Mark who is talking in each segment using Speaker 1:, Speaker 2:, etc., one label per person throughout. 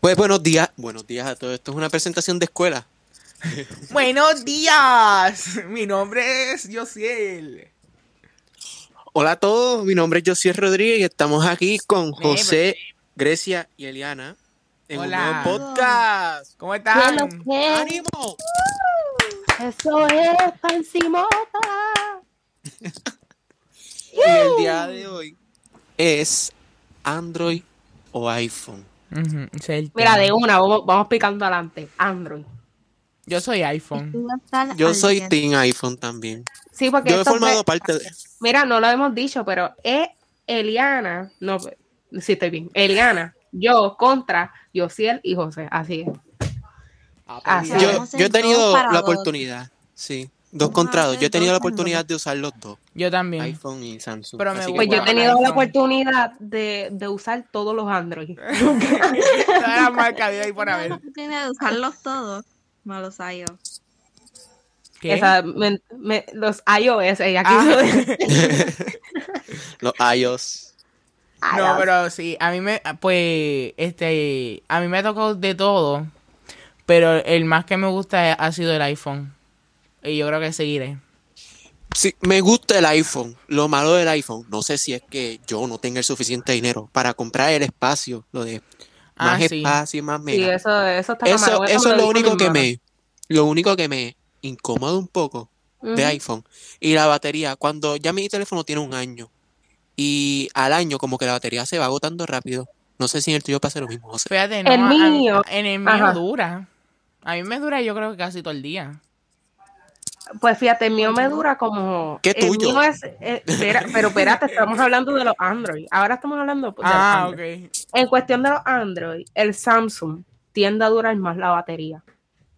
Speaker 1: Pues buenos días, buenos días a todos. Esto es una presentación de escuela.
Speaker 2: Buenos días, mi nombre es Josiel.
Speaker 1: Hola a todos, mi nombre es José Rodríguez y estamos aquí con José, Grecia y Eliana en
Speaker 2: Hola.
Speaker 1: un nuevo podcast.
Speaker 2: ¿Cómo
Speaker 3: ¿Qué lo
Speaker 2: están?
Speaker 3: que?
Speaker 1: ¡Ánimo!
Speaker 3: Eso es Pancimota.
Speaker 1: Y el día de hoy es Android o iPhone.
Speaker 2: Ujú, ese es el
Speaker 3: Mira,
Speaker 2: tema.
Speaker 3: de una, vamos, vamos picando adelante. Android.
Speaker 2: Yo soy iPhone.
Speaker 1: Yo soy Team iPhone también.
Speaker 3: Sí, porque
Speaker 1: Yo he
Speaker 3: esto fue-
Speaker 1: formado parte de...
Speaker 3: Mira, no lo hemos dicho, pero es Eliana. No, sí, estoy bien. Eliana, yo contra Yosiel y José. Así es. Así
Speaker 2: pues,
Speaker 3: es.
Speaker 1: Yo,
Speaker 4: Estamos en
Speaker 1: yo he tenido
Speaker 4: dos para
Speaker 1: la
Speaker 4: dos.
Speaker 1: oportunidad, sí. Dos
Speaker 4: Vamos
Speaker 1: contra
Speaker 4: a
Speaker 1: dos.
Speaker 4: hacer
Speaker 1: Yo he tenido la
Speaker 4: dos en
Speaker 1: oportunidad de usar los dos,
Speaker 2: Yo también.
Speaker 1: iPhone y Samsung.
Speaker 2: Pero me
Speaker 1: Así que
Speaker 3: Pues yo he
Speaker 1: guau.
Speaker 2: gusta.
Speaker 3: tenido la
Speaker 2: iPhone.
Speaker 3: oportunidad de, de usar todos los Android.
Speaker 2: Todas las marcas de ahí por haber.
Speaker 4: Tiene que usarlos todos. Malos yo.
Speaker 2: ¿Qué?
Speaker 3: Esa- me- me- los iOS. ella
Speaker 2: Ah.
Speaker 3: quiso
Speaker 1: los iOS.
Speaker 2: No, pero sí, a mí me, pues, este, a mí me ha tocado de todo, pero el más que me gusta ha sido el iPhone. Y yo creo que seguiré.
Speaker 1: Sí, me gusta el iPhone. Lo malo del iPhone, no sé si es que yo no tenga el suficiente dinero para comprar el espacio, lo de
Speaker 2: Ah,
Speaker 1: más
Speaker 2: sí.
Speaker 1: espacio, más
Speaker 3: Sí,
Speaker 1: mega.
Speaker 3: eso, eso está
Speaker 1: eso
Speaker 3: malo,
Speaker 1: eso
Speaker 3: me
Speaker 1: es lo
Speaker 3: dijo mi
Speaker 1: único que
Speaker 3: hermana.
Speaker 1: me, lo único que me incomoda un poco de
Speaker 3: Ujú.
Speaker 1: iPhone. Y la batería, cuando ya mi teléfono tiene un año y al año como que la batería se va agotando rápido. No sé si en el tuyo pasa lo mismo, José.
Speaker 2: Fíjate, no,
Speaker 3: El
Speaker 2: a- a-
Speaker 3: mío.
Speaker 2: en el mío
Speaker 3: Ajá.
Speaker 2: dura. A mí me dura yo creo que casi todo el día.
Speaker 3: Pues fíjate, el mío me dura como.
Speaker 1: ¿Qué
Speaker 3: el
Speaker 1: tuyo?
Speaker 3: mío es- eh, espera- pero espérate, estamos hablando de los Android. Ahora estamos hablando. de los
Speaker 2: Ah,
Speaker 3: Android.
Speaker 2: ok.
Speaker 3: En cuestión de los Android, el Samsung tiende a durar más la batería.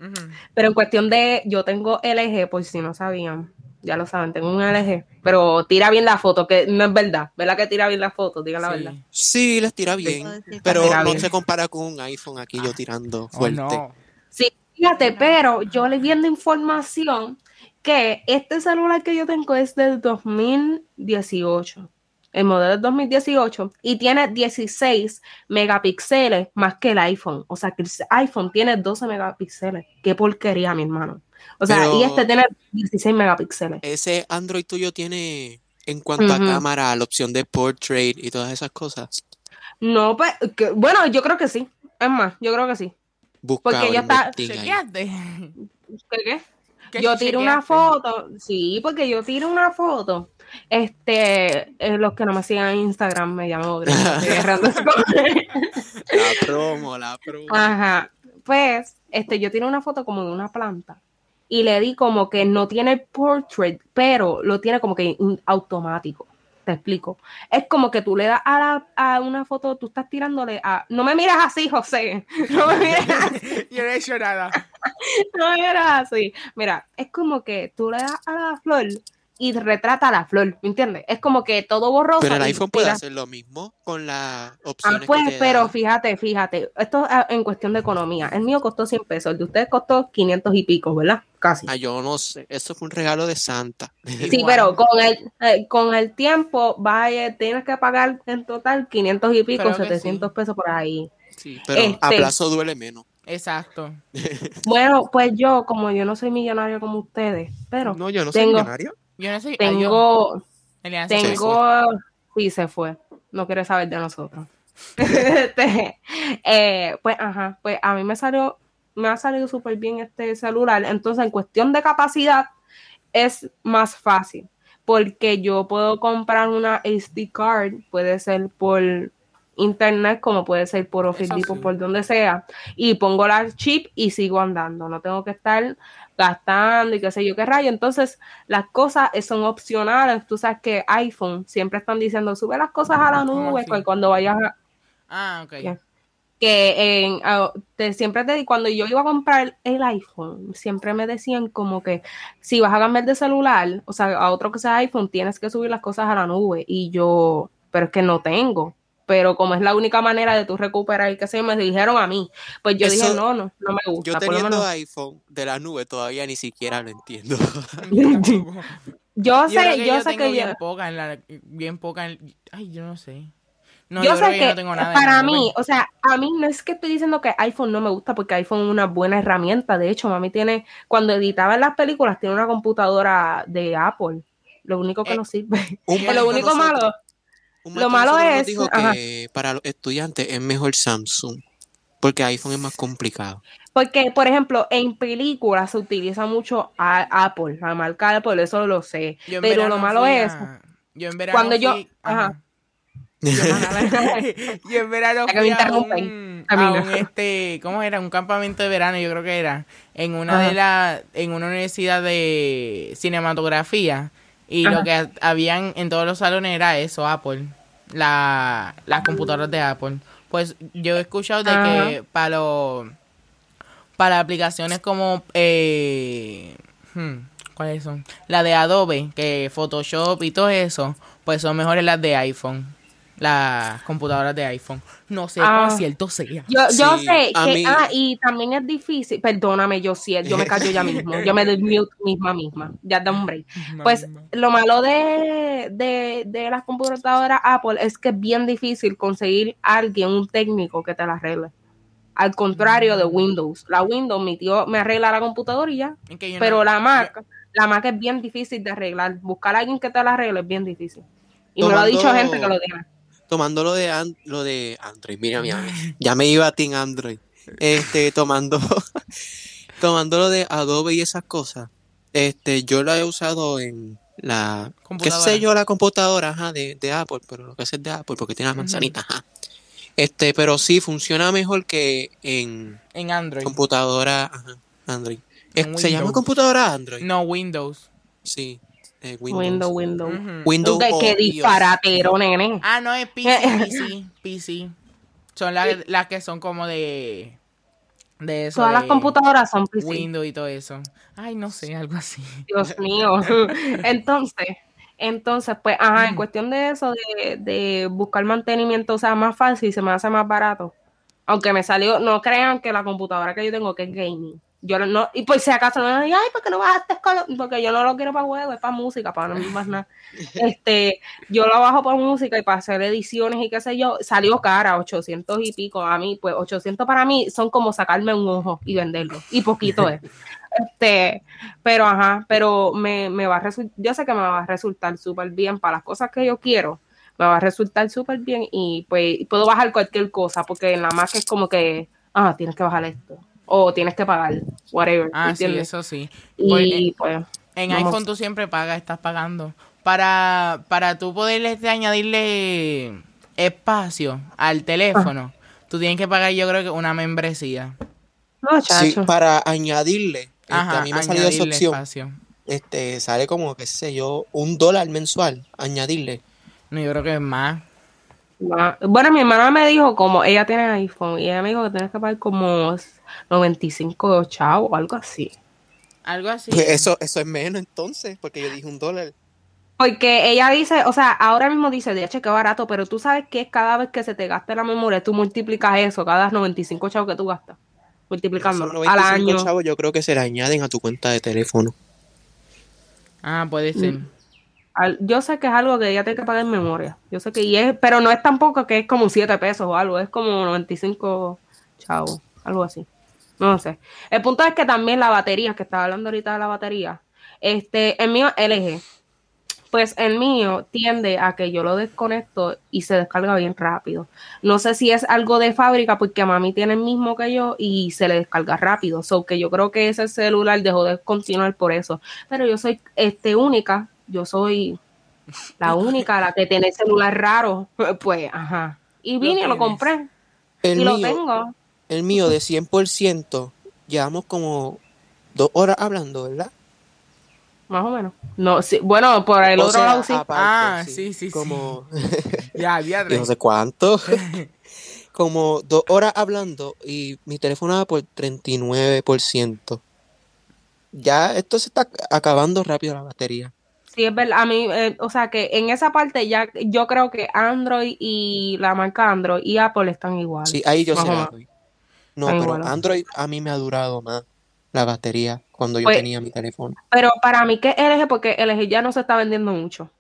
Speaker 2: Ujú.
Speaker 3: Pero en cuestión de. Yo tengo LG, por si no sabían. Ya lo saben, tengo un LG. Pero tira bien la foto, que no es verdad. ¿Verdad que tira bien la foto? Digan la
Speaker 2: Sí.
Speaker 3: verdad.
Speaker 1: Sí, les tira
Speaker 4: Puedo
Speaker 1: bien,
Speaker 4: decir
Speaker 1: pero
Speaker 3: Tira
Speaker 1: no
Speaker 3: bien.
Speaker 1: se compara con un iPhone aquí yo tirando
Speaker 2: Oh,
Speaker 1: fuerte.
Speaker 2: no.
Speaker 3: Sí, fíjate, pero yo le viendo información que este celular que yo tengo es del 2018. El modelo es 2018 y tiene 16 megapíxeles más que el iPhone. O sea, que el iPhone tiene 12 megapíxeles. Qué porquería, mi hermano. O sea,
Speaker 1: Pero-
Speaker 3: y este tiene 16 megapíxeles.
Speaker 1: Ese Android tuyo tiene en cuanto
Speaker 3: Ujú.
Speaker 1: a cámara, la opción de portrait y todas esas cosas.
Speaker 3: No, pues, que- bueno, yo creo que sí. Es más, yo creo que sí.
Speaker 1: Busca
Speaker 3: Porque ya
Speaker 1: un
Speaker 3: está-
Speaker 1: listing ahí.
Speaker 2: Chequeaste.
Speaker 3: ¿Qué, qué?
Speaker 2: ¿Qué
Speaker 3: yo tiro una
Speaker 2: chequeaste?
Speaker 3: foto, sí, porque yo tiro una foto. Este, eh, los que no me sigan en Instagram me llaman Odri, estoy agarrando ese nombre.
Speaker 1: La promo, la promo.
Speaker 3: Ajá. Pues, este, yo tiro una foto como de una planta y le di como que no tiene el portrait, pero lo tiene como que in- automático. Te explico. Es como que tú le das a, la- a una foto, tú estás tirándole a. No me miras así, José. No me miras así.
Speaker 2: Yo no he hecho nada.
Speaker 3: No era así. Mira, es como que tú le das a la flor y retrata a la flor, ¿me entiendes? Es como que todo borroso.
Speaker 1: Pero el
Speaker 3: y
Speaker 1: iPhone puede
Speaker 3: tira-
Speaker 1: hacer lo mismo con las
Speaker 3: Ah,
Speaker 1: opciones que
Speaker 3: pues,
Speaker 1: te
Speaker 3: pero
Speaker 1: da.
Speaker 3: fíjate, fíjate, esto ah, en cuestión de economía. El mío costó 100 pesos, el de ustedes costó 500 y pico, ¿verdad? Casi.
Speaker 1: Ah, yo no sé, eso fue un regalo de Santa.
Speaker 3: Sí, pero con el, eh, con el tiempo vaya, tienes que pagar en total 500 y pico,
Speaker 2: Creo que
Speaker 3: 700 pesos por ahí.
Speaker 1: Sí, pero a
Speaker 3: Este.
Speaker 1: plazo duele menos.
Speaker 2: Exacto.
Speaker 3: Bueno, pues yo, como yo no soy millonario como ustedes, pero
Speaker 1: No, yo no
Speaker 3: tengo-
Speaker 1: millonario.
Speaker 2: Yo no sé. ay, yo-
Speaker 3: tengo,
Speaker 2: Eliana, se fue.
Speaker 3: Tengo. Sí, se fue. No quiere saber de nosotros. Este, eh, pues, ajá, pues a mí me salió, me ha salido súper bien este celular. Entonces, en cuestión de capacidad, es más fácil. Porque yo puedo comprar una SD card, puede ser por internet, como puede ser por Office
Speaker 2: Eso
Speaker 3: Depot,
Speaker 2: sí.
Speaker 3: por donde sea, y pongo la chip y sigo andando. No tengo que estar gastando y qué sé yo qué rayo. Entonces, las cosas eh, son opcionales. Tú sabes que iPhone siempre están diciendo, sube las cosas a la
Speaker 2: ¿Cómo
Speaker 3: nube
Speaker 2: así?
Speaker 3: cu- cuando vayas a...
Speaker 2: Ah, ok.
Speaker 3: Ya. Que en, a- te, siempre te cuando yo iba a comprar el iPhone, siempre me decían como que si vas a cambiar de celular, o sea, a otro que sea iPhone, tienes que subir las cosas a la nube. Y yo, pero es que no tengo. Pero como es la única manera de tú recuperar y qué sé yo, me dijeron a mí. Pues yo
Speaker 1: Eso-
Speaker 3: dije, no, no, no me gusta.
Speaker 1: Yo
Speaker 3: por lo menos.
Speaker 1: teniendo iPhone de la nube todavía ni siquiera lo entiendo.
Speaker 2: Yo tampoco.
Speaker 3: Yo
Speaker 2: Yo creo
Speaker 3: sé,
Speaker 2: que
Speaker 3: yo
Speaker 2: yo
Speaker 3: sé
Speaker 2: tengo
Speaker 3: que yo...
Speaker 2: bien poca en la bien poca en- ay yo no sé No,
Speaker 3: yo,
Speaker 2: yo
Speaker 3: sé
Speaker 2: creo
Speaker 3: que,
Speaker 2: que yo no tengo nada.
Speaker 3: para
Speaker 2: no,
Speaker 3: mí,
Speaker 2: porque-
Speaker 3: o sea, a mí no es que estoy diciendo que iPhone no me gusta porque iPhone es una buena herramienta. De hecho, mami tiene, cuando editaba las películas, tiene una computadora de Apple. Lo único que
Speaker 2: Eh,
Speaker 3: nos sirve. Pues
Speaker 1: Un
Speaker 2: Lo
Speaker 3: Lo
Speaker 1: maestro
Speaker 3: único
Speaker 1: nosotros-
Speaker 3: malo,
Speaker 1: un maestro
Speaker 3: lo malo
Speaker 1: nosotros nos
Speaker 3: es-
Speaker 1: dijo
Speaker 3: ajá.
Speaker 1: que para los estudiantes es mejor Samsung, porque iPhone es más complicado.
Speaker 3: porque, por ejemplo, en películas se utiliza mucho a- Apple, la marca Apple, eso lo sé.
Speaker 2: yo en
Speaker 3: Pero
Speaker 2: verano
Speaker 3: lo malo
Speaker 2: fui
Speaker 3: es.
Speaker 2: a- Yo en verano
Speaker 3: cuando yo-
Speaker 2: fui-
Speaker 3: ajá.
Speaker 2: ajá. y en verano
Speaker 3: que
Speaker 2: fui
Speaker 3: me
Speaker 2: a un,
Speaker 3: interrumpen,
Speaker 2: a
Speaker 3: Camila.
Speaker 2: un, este, ¿cómo era? Un campamento de verano, yo creo que era, en una
Speaker 3: Ajá.
Speaker 2: de la, en una universidad de cinematografía y lo
Speaker 3: Ajá.
Speaker 2: que ha- habían en todos los salones era eso, Apple, la, las computadoras de Apple. Pues yo he escuchado de que para los, para aplicaciones como, eh, hmm, ¿cuáles son? La de Adobe, que Photoshop y todo eso, pues son mejores las de iPhone. Las computadoras de iPhone. No sé
Speaker 3: Ah.
Speaker 2: cuán cierto sea.
Speaker 3: Yo, yo
Speaker 1: Sí,
Speaker 3: sé
Speaker 1: a
Speaker 3: que,
Speaker 1: mí-
Speaker 3: ah, y también es difícil, perdóname, yo sí, yo me callo ya mismo, yo me doy mute misma misma, ya da un break. Pues lo malo de, de, de las computadoras Apple es que es bien difícil conseguir alguien, un técnico que te la arregle. Al contrario de Windows. La Windows, mi tío me arregla la computadora y ya.
Speaker 2: Es que yo no-
Speaker 3: Pero la marca, la marca es bien difícil de arreglar. Buscar a alguien que te la arregle es bien difícil. Y me lo ha dicho
Speaker 1: Tomando-
Speaker 3: gente que lo tiene.
Speaker 1: Tomando lo de, an- lo de Android, mira, mira, mira, ya me iba a Team Android. Este, tomando, tomando lo de Adobe y esas cosas, este, yo lo he usado en la, qué
Speaker 2: Computadora.
Speaker 1: sé yo, la computadora ajá, de, de Apple, pero lo que es de Apple, porque tiene las manzanitas, ajá. Este, pero sí, funciona mejor que en
Speaker 2: En Android.
Speaker 1: computadora ajá, Android. Es-
Speaker 2: En
Speaker 1: ¿Se llama
Speaker 2: Windows.
Speaker 1: computadora Android?
Speaker 2: No, Windows.
Speaker 1: Sí, eh, Windows.
Speaker 3: Windows, Windows.
Speaker 2: Ujú.
Speaker 1: Windows
Speaker 3: Que
Speaker 1: o
Speaker 3: qué
Speaker 1: iOS.
Speaker 3: disparatero, nene.
Speaker 2: Ah, no, es
Speaker 3: Eh.
Speaker 2: PC, PC, PC. Son las, las que son como de. De eso.
Speaker 3: Todas las
Speaker 2: de
Speaker 3: computadoras son PC.
Speaker 2: Windows y todo eso. Ay, no sé, algo así.
Speaker 3: Dios mío. Entonces, entonces, pues, ajá, en cuestión de eso, de, de buscar mantenimiento, o sea, más fácil, se me hace más barato. Aunque me salió, no crean que la computadora que yo tengo que es gaming. Yo no- no, y pues si acaso no me digan, ay, ¿por qué no bajaste Call of-?" Porque yo no lo quiero para juego, es para música, para no más nada. Este, yo lo bajo para música y para hacer ediciones y qué sé yo. Salió cara, 800 y pico. A mí, pues 800 para mí son como sacarme un ojo y venderlo. Y poquito es. Este, pero ajá, pero me, me va a resultar, yo sé que me va a resultar súper bien para las cosas que yo quiero, me va a resultar súper bien y pues puedo bajar cualquier cosa, porque en la Mac es como que, ah, tienes que bajar esto, o tienes que pagar, whatever,
Speaker 2: Ah, sí, eh,
Speaker 3: ¿entiendes?
Speaker 2: eso sí. Porque-
Speaker 3: Y pues,
Speaker 2: En
Speaker 3: Vamos.
Speaker 2: iPhone tú siempre pagas, estás pagando. Para, para tú poder este, añadirle espacio
Speaker 1: Ah.
Speaker 2: al teléfono, tú tienes que pagar yo creo que una membresía.
Speaker 3: no,
Speaker 1: Sí,
Speaker 3: chacho.
Speaker 1: para añadirle, este,
Speaker 2: Ajá,
Speaker 1: a mí me ha salido esa
Speaker 2: añadirle
Speaker 1: opción,
Speaker 2: espacio.
Speaker 1: este, sale como, qué sé yo, un dólar mensual, añadirle.
Speaker 2: No, yo creo que es más.
Speaker 3: No. Bueno, mi hermana me dijo como, ella tiene iPhone, y ella me dijo que tienes que pagar como 95 chavos o algo así.
Speaker 2: Algo así.
Speaker 1: Pues eso, eso es menos entonces, porque yo dije un dólar.
Speaker 3: Porque ella dice, o sea, ahora mismo dice, de hecho, qué barato, pero tú sabes que cada vez que se te gaste la memoria, tú multiplicas eso, cada 95 chavos que tú gastas,
Speaker 1: Son
Speaker 3: multiplicándolo al
Speaker 1: 95
Speaker 3: año.
Speaker 1: chavos, yo creo que se le añaden a tu cuenta de teléfono.
Speaker 2: Ah, puede ser.
Speaker 1: Mm.
Speaker 3: Al- yo sé que es algo que ella tiene que pagar en memoria. Yo sé que, y es, pero no es tampoco que es como 7 pesos o algo, es como 95 chavos, algo así. No sé. El punto es que también la batería, que estaba hablando ahorita de la batería, este, el mío LG. Pues el mío tiende a que yo lo desconecto y se descarga bien rápido. No sé si es algo de fábrica, porque mami tiene el mismo que yo y se le descarga rápido. So que yo creo que ese celular dejó de continuar por eso. Pero yo soy este única, yo soy la única, la que tiene el celular raro. Pues, ajá. Y vine,
Speaker 2: tienes.
Speaker 3: lo, compré
Speaker 1: El
Speaker 3: y
Speaker 1: mío,
Speaker 3: lo tengo.
Speaker 1: el mío de 100%, llevamos como dos horas hablando, ¿verdad?
Speaker 3: Más o menos. No, sí, bueno, por el
Speaker 1: O
Speaker 3: otro
Speaker 1: sea,
Speaker 3: lado sí.
Speaker 1: aparte,
Speaker 2: Ah, sí, sí, sí.
Speaker 1: Como...
Speaker 2: Ya, había
Speaker 1: yo no sé cuánto. Como dos horas hablando y mi teléfono va por 39%. Ya esto se está acabando rápido la batería.
Speaker 3: Sí, es verdad. A mí, eh, o sea, que en esa parte ya yo creo que Android y la marca Android y Apple están igual.
Speaker 1: Sí, ahí yo
Speaker 3: Más
Speaker 1: se
Speaker 3: o
Speaker 1: la
Speaker 3: menos.
Speaker 1: doy. No,
Speaker 3: Ay,
Speaker 1: pero
Speaker 3: bueno.
Speaker 1: Android a mí me ha durado más la batería cuando yo
Speaker 3: Pues-
Speaker 1: tenía mi teléfono.
Speaker 3: Pero para mí, que LG? Porque LG ya no se está vendiendo mucho.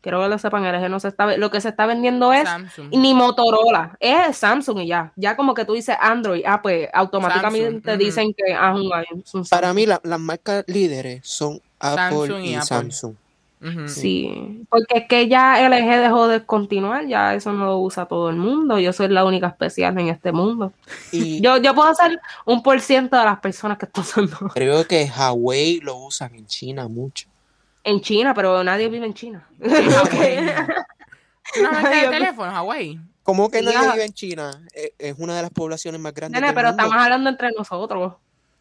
Speaker 3: Quiero que lo sepan, el eje no se está, ve- lo que se está vendiendo es
Speaker 2: Samsung.
Speaker 3: ni Motorola, es Samsung y ya. Ya como que tú dices Android, ah, pues automáticamente
Speaker 2: Samsung,
Speaker 3: te
Speaker 2: ujú.
Speaker 3: dicen que ah, un iPhone, un
Speaker 1: Para
Speaker 3: Samsung.
Speaker 1: mí, la- las marcas líderes son Apple
Speaker 2: Samsung y
Speaker 1: y,
Speaker 2: Apple.
Speaker 1: Samsung.
Speaker 2: Ujú.
Speaker 3: Sí, porque es que ya LG dejó de continuar, ya eso no lo usa todo el mundo. Yo soy la única especial en este mundo.
Speaker 1: Y
Speaker 3: Yo, yo puedo ser un por ciento de las personas que están usando
Speaker 1: creo que Huawei lo usan en China mucho.
Speaker 3: en China, pero nadie vive en China.
Speaker 2: Huawei. Es Una marca de
Speaker 3: Yo-
Speaker 2: teléfono, Hawaii.
Speaker 1: ¿Cómo que
Speaker 3: Sí,
Speaker 1: nadie
Speaker 3: ajá.
Speaker 1: vive en China? Eh, Es, una de las poblaciones más grandes
Speaker 3: Nene,
Speaker 1: del
Speaker 3: pero
Speaker 1: mundo.
Speaker 3: estamos hablando entre nosotros.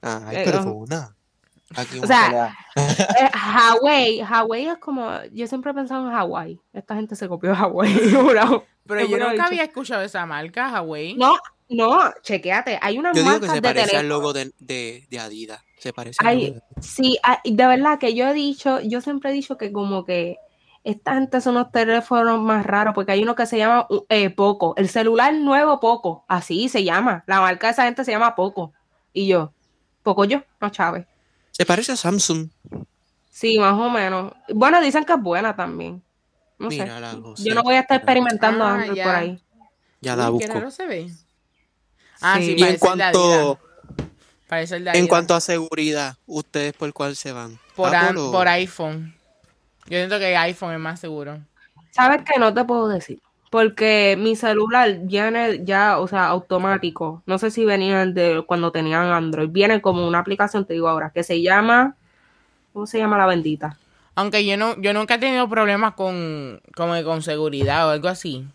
Speaker 1: Ay,
Speaker 3: eh,
Speaker 1: pero
Speaker 3: ajá.
Speaker 1: una. Ah, Aquí uno
Speaker 3: sea,
Speaker 1: se le da-
Speaker 3: Eh, Hawái, Hawái es como, yo siempre he pensado en Hawái. Esta gente se copió de Hawái, jurado.
Speaker 2: Pero yo
Speaker 3: Seguro lo he
Speaker 2: nunca
Speaker 3: dicho.
Speaker 2: había escuchado esa marca, Hawaii.
Speaker 3: No, no, chequéate, hay unas
Speaker 1: Yo digo que se
Speaker 3: marcas de
Speaker 1: parece al
Speaker 3: teléfono.
Speaker 1: logo de, de, de Adidas. Se parece al
Speaker 3: Ay,
Speaker 1: logo de-
Speaker 3: sí, ah, y de verdad que yo he dicho, yo siempre he dicho que como que esta gente son los teléfonos más raros, porque hay uno que se llama uh, eh, Poco, el celular nuevo Poco, así se llama, la marca de esa gente se llama Poco, y yo, Poco yo, no Chávez.
Speaker 1: Se parece a Samsung.
Speaker 3: Sí, más o menos. Bueno, dicen que es buena también. No sé.
Speaker 1: Mira la cosa.
Speaker 3: Yo no voy a estar experimentando
Speaker 2: Ah,
Speaker 3: Android
Speaker 2: ya.
Speaker 3: por ahí.
Speaker 1: Ya la
Speaker 2: Uy, qué
Speaker 1: busco.
Speaker 2: raro se ve. Ah, sí,
Speaker 3: Sí.
Speaker 1: Y en
Speaker 2: parece el de Adidas.
Speaker 1: cuanto,
Speaker 2: Parece el de
Speaker 1: en
Speaker 2: Adidas.
Speaker 1: cuanto a seguridad, ¿ustedes por cuál se van? Ah,
Speaker 2: por,
Speaker 1: Apple
Speaker 2: an-
Speaker 1: o-
Speaker 2: por iPhone. Yo siento que iPhone es más seguro.
Speaker 3: Sabes que no te puedo decir, porque mi celular viene ya, o sea, automático. No sé si venían de cuando tenían Android. Viene como una aplicación, te digo ahora, que se llama, ¿cómo se llama la bendita?
Speaker 2: Aunque yo no, yo nunca he tenido problemas con, como que con seguridad o algo así.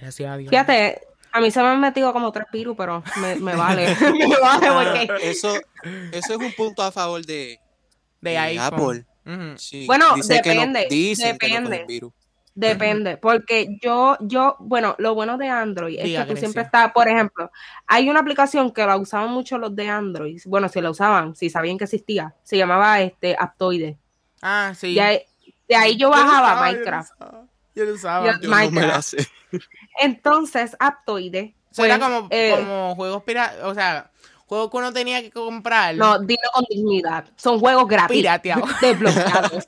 Speaker 2: Gracias a Dios.
Speaker 3: Fíjate, a mí se me han metido como tres virus, pero me, me vale, me vale porque...
Speaker 1: Eso, eso es un punto a favor de,
Speaker 2: De
Speaker 1: de Apple.
Speaker 2: iPhone. Ujú.
Speaker 1: Sí,
Speaker 3: Bueno,
Speaker 1: dicen que no-
Speaker 3: depende,
Speaker 1: dicen que no
Speaker 3: depende.
Speaker 1: cogen virus.
Speaker 3: Depende, porque yo, yo, bueno, lo bueno de Android es
Speaker 2: Diga,
Speaker 3: que tú siempre
Speaker 2: Grecia.
Speaker 3: estás, por ejemplo, hay una aplicación que la usaban mucho los de Android, bueno, si la usaban, si sabían que existía, se llamaba este Aptoide.
Speaker 2: Ah, sí.
Speaker 3: De ahí, de ahí yo
Speaker 2: lo
Speaker 3: bajaba
Speaker 2: usaba,
Speaker 3: Minecraft.
Speaker 2: Yo lo usaba. Yo lo usaba.
Speaker 3: Yo-
Speaker 1: Yo no me
Speaker 3: Minecraft.
Speaker 1: la sé.
Speaker 3: Entonces, Aptoide.
Speaker 2: Eso era
Speaker 3: pues,
Speaker 2: como,
Speaker 3: eh,
Speaker 2: como juegos piratas. O sea, juegos que uno tenía que comprar.
Speaker 3: No, dilo con dignidad. Son juegos gratis.
Speaker 2: Pirateados.
Speaker 3: Desbloqueados.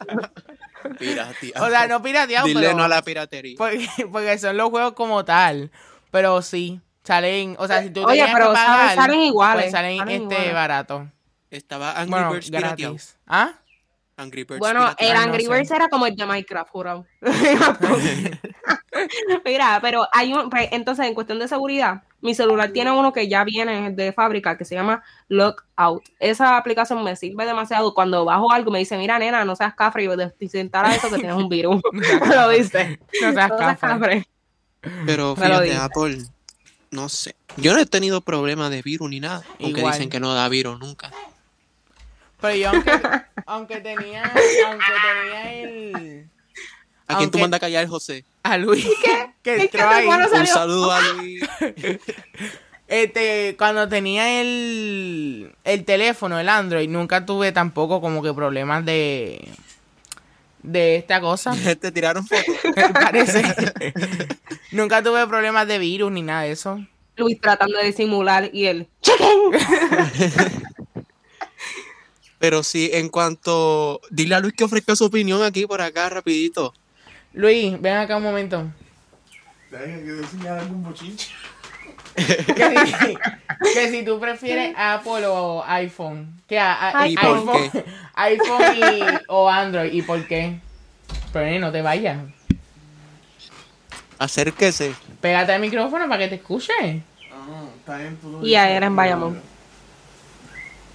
Speaker 1: Piratea.
Speaker 2: O sea, no pirateados,
Speaker 1: Dile
Speaker 2: pero.
Speaker 1: no a la piratería.
Speaker 3: Pues,
Speaker 2: porque, porque son los juegos como tal. Pero sí. Salen. O sea, si tú
Speaker 3: Oye,
Speaker 2: tenías
Speaker 3: pero
Speaker 2: que pagar,
Speaker 3: saben, salen iguales.
Speaker 2: pues salen,
Speaker 3: salen
Speaker 2: este
Speaker 3: iguales.
Speaker 2: barato.
Speaker 1: Estaba Angry
Speaker 2: Bueno,
Speaker 1: Birds pirateado.
Speaker 2: gratis. ¿Ah?
Speaker 1: Angry Birds
Speaker 3: Bueno,
Speaker 1: pirateado.
Speaker 3: el
Speaker 2: Ah, no
Speaker 3: Angry
Speaker 2: sé.
Speaker 3: Birds era como el de Minecraft, jurado. Mira, pero hay un, pues, entonces en cuestión de seguridad, mi celular tiene uno que ya viene de fábrica que se llama Lockout. Esa aplicación me sirve demasiado. Cuando bajo algo me dice, mira nena, no seas cafre y sentar a eso que tienes un virus. Me lo dice.
Speaker 2: No seas
Speaker 3: No
Speaker 2: cafre.
Speaker 3: seas cafre.
Speaker 1: Pero
Speaker 3: Me lo
Speaker 1: fíjate,
Speaker 3: dice.
Speaker 1: Apple, no sé. Yo no he tenido problema de virus ni nada. Aunque
Speaker 2: Igual.
Speaker 1: dicen que no da virus nunca.
Speaker 2: Pero yo aunque, aunque tenía, aunque tenía el
Speaker 1: ¿A quién tú
Speaker 2: Aunque-
Speaker 1: mandas a callar, José?
Speaker 2: a Luis que
Speaker 3: ¿Qué
Speaker 2: entró
Speaker 3: te
Speaker 2: ahí.
Speaker 3: pones? No
Speaker 1: Un
Speaker 3: salió.
Speaker 1: saludo a Luis.
Speaker 2: Este, cuando tenía el, el teléfono, el Android, nunca tuve tampoco como que problemas de de esta cosa.
Speaker 1: Te tiraron fotos.
Speaker 2: Parece. nunca tuve problemas de virus ni nada de eso.
Speaker 3: Luis tratando de disimular y él.
Speaker 1: Pero sí, en cuanto... Dile a Luis que ofrezca su opinión aquí por acá, rapidito.
Speaker 2: Luis, ven acá un momento.
Speaker 5: Deja que enseñar algún bochinche.
Speaker 2: Que si, que si tú prefieres Apple o iPhone. Que a- a-
Speaker 1: ¿Y
Speaker 2: iPhone,
Speaker 1: por qué?
Speaker 2: iPhone y- o Android. ¿Y por qué? Pero nene, no te vayas.
Speaker 1: Acérquese.
Speaker 2: Pégate al micrófono para que te escuche.
Speaker 5: Ah, está bien, tú lo
Speaker 3: Y a
Speaker 5: dices.
Speaker 3: él en Bayamón.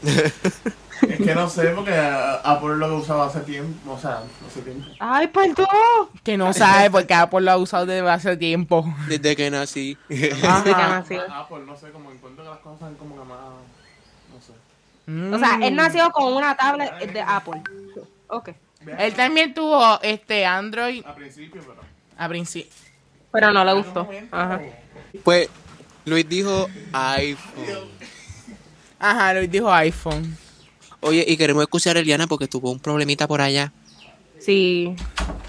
Speaker 5: Es que no sé, porque a- Apple lo que usaba hace tiempo, o sea, hace tiempo.
Speaker 3: Ay, perdón.
Speaker 2: Que no sabe porque Apple lo ha usado desde hace tiempo.
Speaker 1: Desde que nací.
Speaker 3: Sí, que
Speaker 2: Ajá.
Speaker 3: nació.
Speaker 5: Apple, Ah, pues no sé, como encuentro que las cosas son como que más, no sé.
Speaker 2: Mm.
Speaker 3: O sea, él nació con una tablet de Apple. Ok.
Speaker 2: Él también tuvo este Android
Speaker 5: A principio, pero...
Speaker 2: a principio.
Speaker 3: Pero no le
Speaker 5: En un
Speaker 3: gustó.
Speaker 5: momento,
Speaker 3: Ajá.
Speaker 1: Pues, Luis dijo iPhone.
Speaker 2: Ajá, Luis dijo iPhone.
Speaker 1: Oye, y queremos escuchar a Eliana porque tuvo un problemita por allá.
Speaker 3: Sí,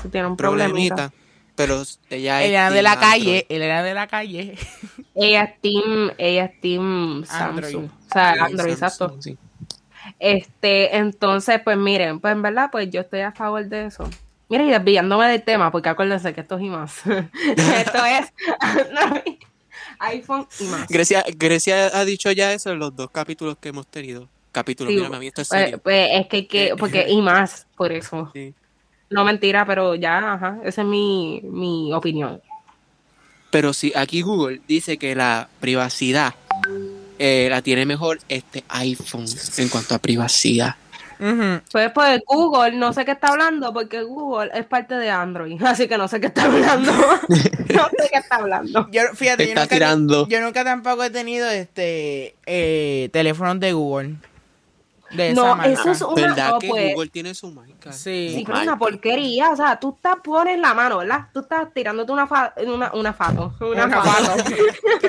Speaker 3: sí tiene un problemita.
Speaker 1: Problemita. Pero ella es
Speaker 2: Él era de la
Speaker 1: team
Speaker 2: calle.
Speaker 1: Android.
Speaker 2: Él era de la calle.
Speaker 3: Ella es Team, ella es Team
Speaker 2: Android.
Speaker 3: Samsung. O sea,
Speaker 1: Sí,
Speaker 3: Android, exacto.
Speaker 1: Samsung, sí.
Speaker 3: Este, entonces, pues miren, pues en verdad, pues yo estoy a favor de eso. Mira, y desviándome del tema, porque acuérdense que esto es y más. esto es iPhone y más.
Speaker 1: Grecia, Grecia ha dicho ya eso en los dos capítulos que hemos tenido. Capítulos,
Speaker 3: Sí,
Speaker 1: mírame a mí, esto es
Speaker 3: Pues,
Speaker 1: serio.
Speaker 3: pues, es que, hay que porque y más, por eso.
Speaker 1: Sí.
Speaker 3: No mentira, pero ya, ajá, esa es mi, mi opinión.
Speaker 1: Pero si aquí Google dice que la privacidad eh, la tiene mejor este iPhone en cuanto a privacidad.
Speaker 2: Ujú.
Speaker 3: Pues, pues Google, no sé qué está hablando, porque Google es parte de Android, así que no sé qué está hablando. no sé qué está hablando.
Speaker 2: Yo, fíjate, yo
Speaker 1: Está
Speaker 2: nunca,
Speaker 1: tirando.
Speaker 2: yo nunca tampoco he tenido este eh, teléfonos de Google. De esa
Speaker 3: No,
Speaker 2: marca.
Speaker 3: eso es una.
Speaker 1: ¿Verdad
Speaker 3: no,
Speaker 1: que
Speaker 3: pues,
Speaker 1: Google tiene su marca?
Speaker 2: Sí.
Speaker 3: Sí,
Speaker 1: Su
Speaker 3: pero es una
Speaker 1: marca.
Speaker 3: porquería. O sea, tú te pones la mano, ¿verdad? Tú estás tirándote una, fa- una, una foto. Una,
Speaker 2: Una
Speaker 3: foto.
Speaker 2: foto.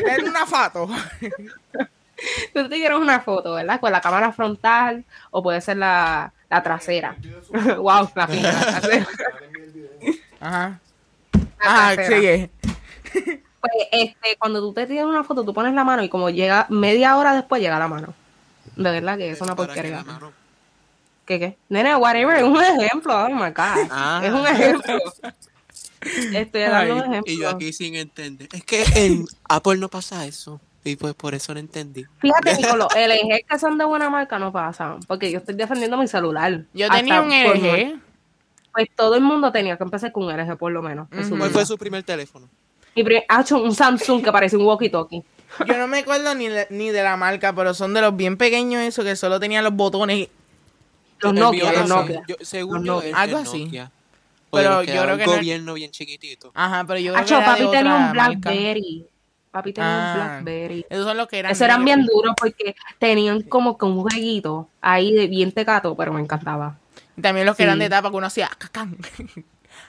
Speaker 2: Es una foto.
Speaker 3: Tú te quieres una foto, ¿verdad? Con la cámara frontal o puede ser la, la trasera. wow, la, la trasera.
Speaker 2: Ajá.
Speaker 3: La
Speaker 2: Ajá,
Speaker 3: trasera.
Speaker 2: sigue.
Speaker 3: Pues, este, cuando tú te tiras una foto, tú pones la mano y como llega media hora después llega la mano. De verdad que es una
Speaker 1: Para que la
Speaker 3: porquería.
Speaker 1: mano-
Speaker 3: ¿Qué qué? Nene, whatever, es un ejemplo. Oh my god.
Speaker 1: Ah.
Speaker 3: Es un ejemplo. Estoy dando un
Speaker 2: Ay,
Speaker 3: ejemplo.
Speaker 1: Y yo aquí sin entender. Es que en Apple no pasa eso. Y pues por eso no entendí.
Speaker 3: Fíjate, Nicolo, LG que son de buena marca no pasan, porque yo estoy defendiendo mi celular.
Speaker 2: Yo
Speaker 3: Hasta
Speaker 2: tenía un
Speaker 3: por
Speaker 2: LG.
Speaker 3: mu- Pues todo el mundo tenía que empezar con un LG por lo menos. en su
Speaker 2: Ujú.
Speaker 1: ¿Cuál
Speaker 3: vida.
Speaker 1: fue su primer teléfono?
Speaker 3: Mi pri- ah, chon, un Samsung que parece un walkie-talkie.
Speaker 2: Yo no me acuerdo ni, de- ni de la marca, pero son de los bien pequeños esos que solo tenían los botones.
Speaker 3: Los
Speaker 1: El mío
Speaker 3: Nokia,
Speaker 1: era
Speaker 3: los
Speaker 1: así.
Speaker 3: Nokia.
Speaker 1: Yo- según
Speaker 3: Los
Speaker 1: yo,
Speaker 3: Nokia.
Speaker 1: es
Speaker 2: Algo
Speaker 1: el
Speaker 2: así.
Speaker 1: Nokia.
Speaker 2: Pero
Speaker 1: Pero
Speaker 2: yo
Speaker 1: yo
Speaker 2: creo que
Speaker 1: un
Speaker 2: no-
Speaker 1: gobierno bien chiquitito.
Speaker 2: Ajá, pero yo creo
Speaker 3: Acho,
Speaker 2: que era de
Speaker 3: Ah, papi tenía
Speaker 2: otra
Speaker 3: un
Speaker 2: marca.
Speaker 3: Blackberry. Papi tenía
Speaker 2: Ah.
Speaker 3: un Blackberry.
Speaker 2: Esos son los que eran.
Speaker 3: Esos eran
Speaker 2: negros.
Speaker 3: bien duros porque tenían como que un jueguito ahí de bien tecato, pero me encantaba.
Speaker 2: Y También los que eran
Speaker 3: Sí.
Speaker 2: de tapa que uno hacía "Ah, cacán.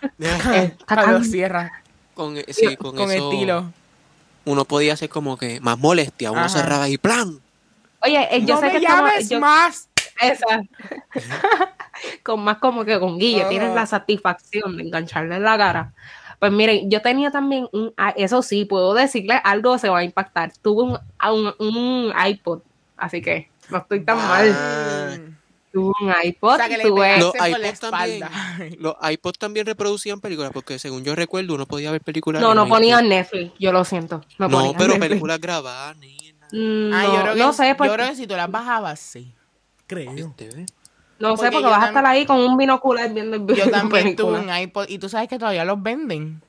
Speaker 3: Eh,
Speaker 2: Cuando
Speaker 3: cacán.
Speaker 2: los cierra.
Speaker 1: Con, eh, sí, con,
Speaker 2: Con,
Speaker 1: eso
Speaker 2: estilo.
Speaker 1: uno podía hacer como que más molestia. Uno
Speaker 2: Ajá.
Speaker 1: cerraba y ¡plan!
Speaker 3: Oye, eh, yo
Speaker 2: no
Speaker 3: sé
Speaker 2: me
Speaker 3: que estamos-
Speaker 2: llames
Speaker 3: yo-
Speaker 2: más.
Speaker 3: Esa. con más como que con Guille,
Speaker 2: Ajá.
Speaker 3: tienes la satisfacción de engancharle en la cara. Pues miren, yo tenía también un, ah, eso sí, puedo decirle algo se va a impactar. Tuve un, a un, un iPod, así que no estoy tan mal.
Speaker 1: Ah.
Speaker 3: Tuve un iPod,
Speaker 2: O sea, que le
Speaker 3: tuve-
Speaker 1: Los
Speaker 2: pegaste por la
Speaker 1: iPods también.
Speaker 2: espalda.
Speaker 1: Los iPods también reproducían películas, porque según yo recuerdo, uno podía ver películas.
Speaker 3: No,
Speaker 1: en
Speaker 3: no
Speaker 1: iPod.
Speaker 3: ponían Netflix, yo lo siento. No,
Speaker 1: No,
Speaker 3: ponían
Speaker 1: pero
Speaker 3: Netflix.
Speaker 1: películas grabadas, nena.
Speaker 3: Mm,
Speaker 2: Ah,
Speaker 3: no,
Speaker 2: yo creo que,
Speaker 3: no sé,
Speaker 2: yo
Speaker 3: porque,
Speaker 2: creo que si tú las bajabas, sí. Creo.
Speaker 1: Este, ¿ves?
Speaker 3: no sé
Speaker 2: porque
Speaker 3: porque
Speaker 2: yo
Speaker 3: vas a
Speaker 2: tam-
Speaker 3: estar ahí con un binocular viendo el video.
Speaker 2: Yo también
Speaker 3: pues.
Speaker 2: tuve un iPod. pues, Y tú sabes que todavía los venden.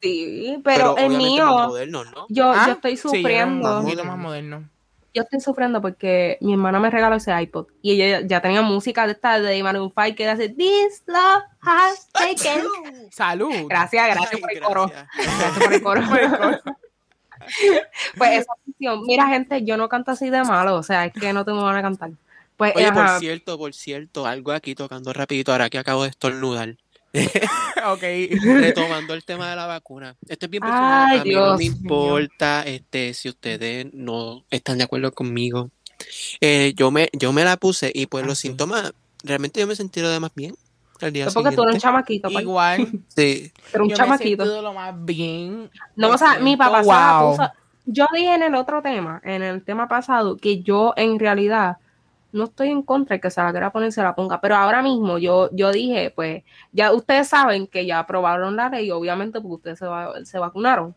Speaker 3: Sí, pero, el
Speaker 1: obviamente más
Speaker 3: mío,
Speaker 1: moderno, ¿no?
Speaker 3: yo,
Speaker 2: Ah,
Speaker 3: yo estoy
Speaker 2: sí, era un
Speaker 3: sufriendo.
Speaker 2: poquito más moderno.
Speaker 3: yo estoy sufriendo porque mi hermana me regaló ese iPod y ella ya tenía música de esta de Maroon 5 que hace This Love Has Taken.
Speaker 2: Salud.
Speaker 3: Gracias, gracias
Speaker 1: Ay,
Speaker 3: por el coro.
Speaker 1: gracias.
Speaker 3: Gracias por el coro. pues esa canción, mira gente, yo no canto así de malo, o sea, es que no tengo van a cantar. Pues
Speaker 1: Oye,
Speaker 3: ajá,
Speaker 1: por cierto, por cierto, algo aquí tocando rapidito, ahora que acabo de estornudar.
Speaker 2: ok.
Speaker 1: Retomando el tema de la vacuna. Esto es bien personal.
Speaker 3: Ay,
Speaker 1: a mí no
Speaker 3: Dios
Speaker 1: me
Speaker 3: mío.
Speaker 1: importa este, si ustedes no están de acuerdo conmigo. Eh, yo, me, yo me la puse y pues
Speaker 2: Ah,
Speaker 1: los
Speaker 2: sí.
Speaker 1: síntomas, realmente yo me sentí lo demás bien. Al día
Speaker 3: es porque tú eres
Speaker 1: siguiente.
Speaker 3: un chamaquito, pues,
Speaker 2: Igual.
Speaker 1: Sí.
Speaker 3: tú eres un
Speaker 2: yo
Speaker 3: chamaquito.
Speaker 2: me sentí de lo más bien.
Speaker 3: No,
Speaker 2: Lo
Speaker 3: o sea, mi
Speaker 2: siento,
Speaker 3: papá se la
Speaker 2: wow.
Speaker 3: puso- Yo dije en el otro tema, en el tema pasado, que yo en realidad no estoy en contra de que se la quiera poner, se la ponga, pero ahora mismo yo, yo dije, pues, ya ustedes saben que ya aprobaron la ley, obviamente, porque ustedes se, va- se vacunaron.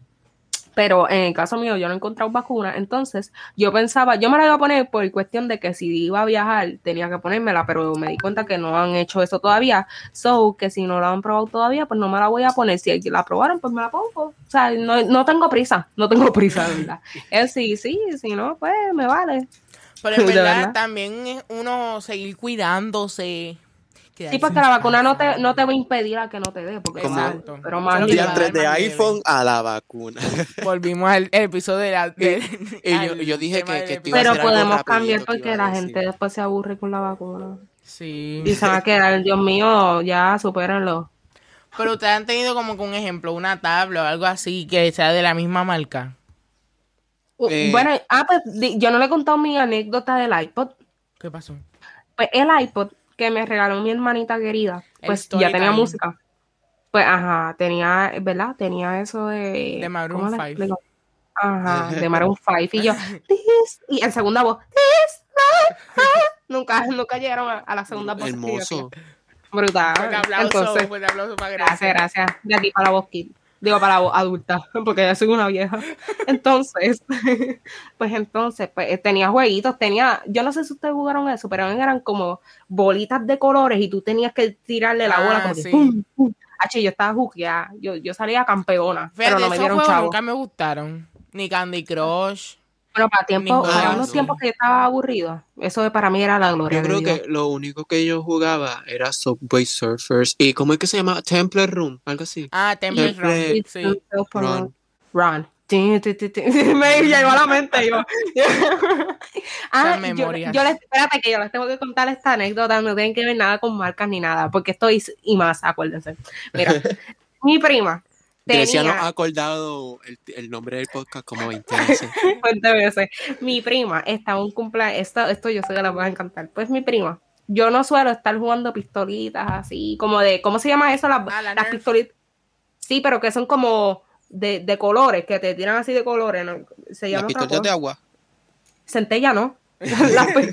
Speaker 3: Pero en el caso mío, yo no he encontrado vacuna, entonces yo pensaba, yo me la iba a poner por cuestión de que si iba a viajar tenía que ponérmela, pero me di cuenta que no han hecho eso todavía, So, que si no la han probado todavía, pues no me la voy a poner. Si la probaron, pues me la pongo. O sea, no, no tengo prisa, no tengo prisa, de verdad. Es sí, sí, si no, pues me vale.
Speaker 2: Pero en
Speaker 3: De
Speaker 2: verdad,
Speaker 3: verdad.
Speaker 2: también es uno seguir cuidándose.
Speaker 3: Sí, porque la vacuna no te, no te va a impedir a que no te dé, porque
Speaker 1: Como-
Speaker 3: exacto. Pero más
Speaker 2: Lo que
Speaker 1: Día
Speaker 2: va a
Speaker 1: tres
Speaker 2: dar
Speaker 1: de
Speaker 2: más leve.
Speaker 1: iPhone a la vacuna.
Speaker 2: Volvimos al el episodio de la. del-
Speaker 1: y Eh, yo-
Speaker 2: al
Speaker 1: yo dije
Speaker 2: tema
Speaker 1: que-
Speaker 2: del
Speaker 1: que te iba a
Speaker 2: episodio.
Speaker 3: pero
Speaker 1: hacer algo
Speaker 3: podemos
Speaker 1: rapidito,
Speaker 3: cambiar
Speaker 1: te iba
Speaker 3: porque
Speaker 1: a
Speaker 3: la
Speaker 1: decir.
Speaker 3: gente después se aburre con la vacuna.
Speaker 2: Sí.
Speaker 3: Y se va a quedar, Dios mío, ya supérenlo.
Speaker 2: Pero ustedes han tenido como que un ejemplo, una tabla o algo así que sea de la misma marca.
Speaker 3: Uh,
Speaker 1: Eh.
Speaker 3: Bueno, ah, pues di- yo no le he contado mi anécdota del iPod.
Speaker 2: ¿Qué pasó?
Speaker 3: pues el iPod que me regaló mi hermanita querida,
Speaker 2: El
Speaker 3: pues
Speaker 2: story
Speaker 3: ya tenía
Speaker 2: time.
Speaker 3: música. Pues ajá, tenía, ¿verdad? Tenía eso de.
Speaker 2: De Maroon
Speaker 3: ¿cómo le
Speaker 2: 5.
Speaker 3: explico? Ajá, de Maroon 5. Y yo, "This", y en segunda voz, "This love has-". Nunca, nunca llegaron a, a la segunda voz. que yo
Speaker 1: Hermoso.
Speaker 3: hacía. brutal.
Speaker 2: Fuerte aplauso,
Speaker 3: Ah, Entonces, Ah,
Speaker 2: fuerte aplauso pues, para
Speaker 3: gracias,
Speaker 2: Gracia.
Speaker 3: gracias. De aquí para la voz kid. Digo, para la voz adulta, porque ya soy una vieja. Entonces, pues entonces, pues eh, tenía jueguitos, tenía, yo no sé si ustedes jugaron eso, pero eran como bolitas de colores y tú tenías que tirarle la bola
Speaker 2: Ah,
Speaker 3: como que
Speaker 2: sí.
Speaker 3: pum, pum. Ache, yo estaba juqueada, yo, yo salía campeona, pero
Speaker 2: Fíjate,
Speaker 3: no me
Speaker 2: esos
Speaker 3: dieron
Speaker 2: juegos
Speaker 3: chavo.
Speaker 2: nunca me gustaron. Ni Candy Crush.
Speaker 3: Pero para tiempo,
Speaker 2: Ninguno.
Speaker 3: para
Speaker 1: Ah,
Speaker 3: unos
Speaker 1: sí.
Speaker 3: tiempos que yo estaba aburrido, eso para mí era la gloria.
Speaker 1: Yo
Speaker 3: de
Speaker 1: creo
Speaker 3: Dios.
Speaker 1: que lo único que yo jugaba era Subway Surfers. ¿Y cómo es que se llama? Temple Room, algo así.
Speaker 2: Ah, Temple
Speaker 1: Yo creo-
Speaker 2: Run. Sí.
Speaker 1: Ron.
Speaker 3: Ron. Tin, tin, tin, tin. Me llegó a la mente yo. ah, yo,
Speaker 2: memorias.
Speaker 3: yo les, espérate que yo les tengo que contar esta anécdota, no tienen que ver nada con marcas ni nada, porque esto es y más, acuérdense. Mira, mi prima
Speaker 1: Grecia no
Speaker 3: tenía
Speaker 1: ha acordado el, el nombre del podcast como 20 veces.
Speaker 3: 20 veces. Mi prima estaba un cumpleaños, esto, esto yo sé que la voy a encantar. Pues mi prima, yo no suelo estar jugando pistolitas así, como de, ¿cómo se llama eso? Las,
Speaker 2: Ah, la
Speaker 3: las
Speaker 2: Nerf.
Speaker 3: pistolitas. Sí, pero que son como de, de colores, que te tiran así de colores. ¿no? Se
Speaker 1: Las
Speaker 3: llama otra
Speaker 1: pistolas de
Speaker 3: cosa.
Speaker 1: agua.
Speaker 3: Centella no. las, pe-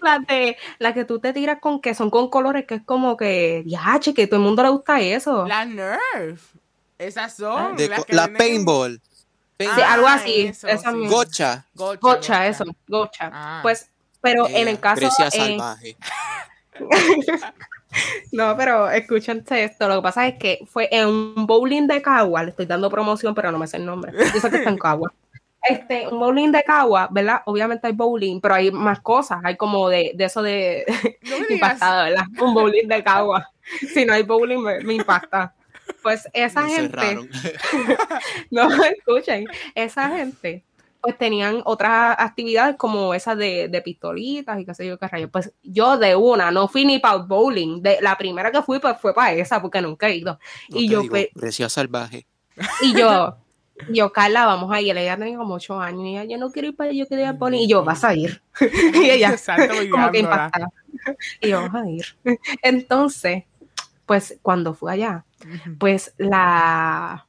Speaker 3: las de- las que tú te tiras con que son con colores que es como que, diache, que todo el mundo le gusta eso.
Speaker 2: Las Nerf. Esas son.
Speaker 1: Ah, De co-
Speaker 2: que
Speaker 1: la
Speaker 2: venden en-
Speaker 1: paintball.
Speaker 3: Sí,
Speaker 1: paintball,
Speaker 2: Ah,
Speaker 3: algo así,
Speaker 2: eso,
Speaker 3: esa
Speaker 2: sí.
Speaker 3: misma.
Speaker 1: Gocha.
Speaker 2: Gocha,
Speaker 3: gocha, eso, gocha.
Speaker 2: Ah.
Speaker 3: Pues, pero
Speaker 1: Eh,
Speaker 3: en el caso.
Speaker 1: Grecia
Speaker 3: eh,
Speaker 1: salvaje.
Speaker 3: No, pero escúchense esto. Lo que pasa es que fue en un bowling de Cagua. Le estoy dando promoción, pero no me sé el nombre. Yo sé que está en Cagua. Este, un bowling de Cagua, ¿verdad? Obviamente hay bowling, pero hay más cosas. Hay como de, de eso de
Speaker 2: No me digas.
Speaker 3: impactada, ¿verdad? Un bowling de Cagua. Si no hay bowling, me, me impacta. Pues esa
Speaker 1: Me
Speaker 3: gente.
Speaker 1: cerraron.
Speaker 3: No, escuchen, esa gente pues tenían otras actividades como esas de, de pistolitas y qué sé yo qué rayos. Pues yo de una, no fui ni para bowling. De, la primera que fui pues fue para esa porque nunca he ido.
Speaker 1: No
Speaker 3: y
Speaker 1: te
Speaker 3: yo,
Speaker 1: digo,
Speaker 3: pues,
Speaker 1: Grecia salvaje.
Speaker 3: y yo, yo, Carla, vamos a ir. Ella tenía como ocho años y ella, yo no quiero ir para allá, yo quiero ir al bowling. Y yo, vas a ir. y ella,
Speaker 2: Exacto,
Speaker 3: como que
Speaker 2: obligándola.
Speaker 3: impactada. Y yo, vas a ir. Entonces, pues cuando fui allá, pues la.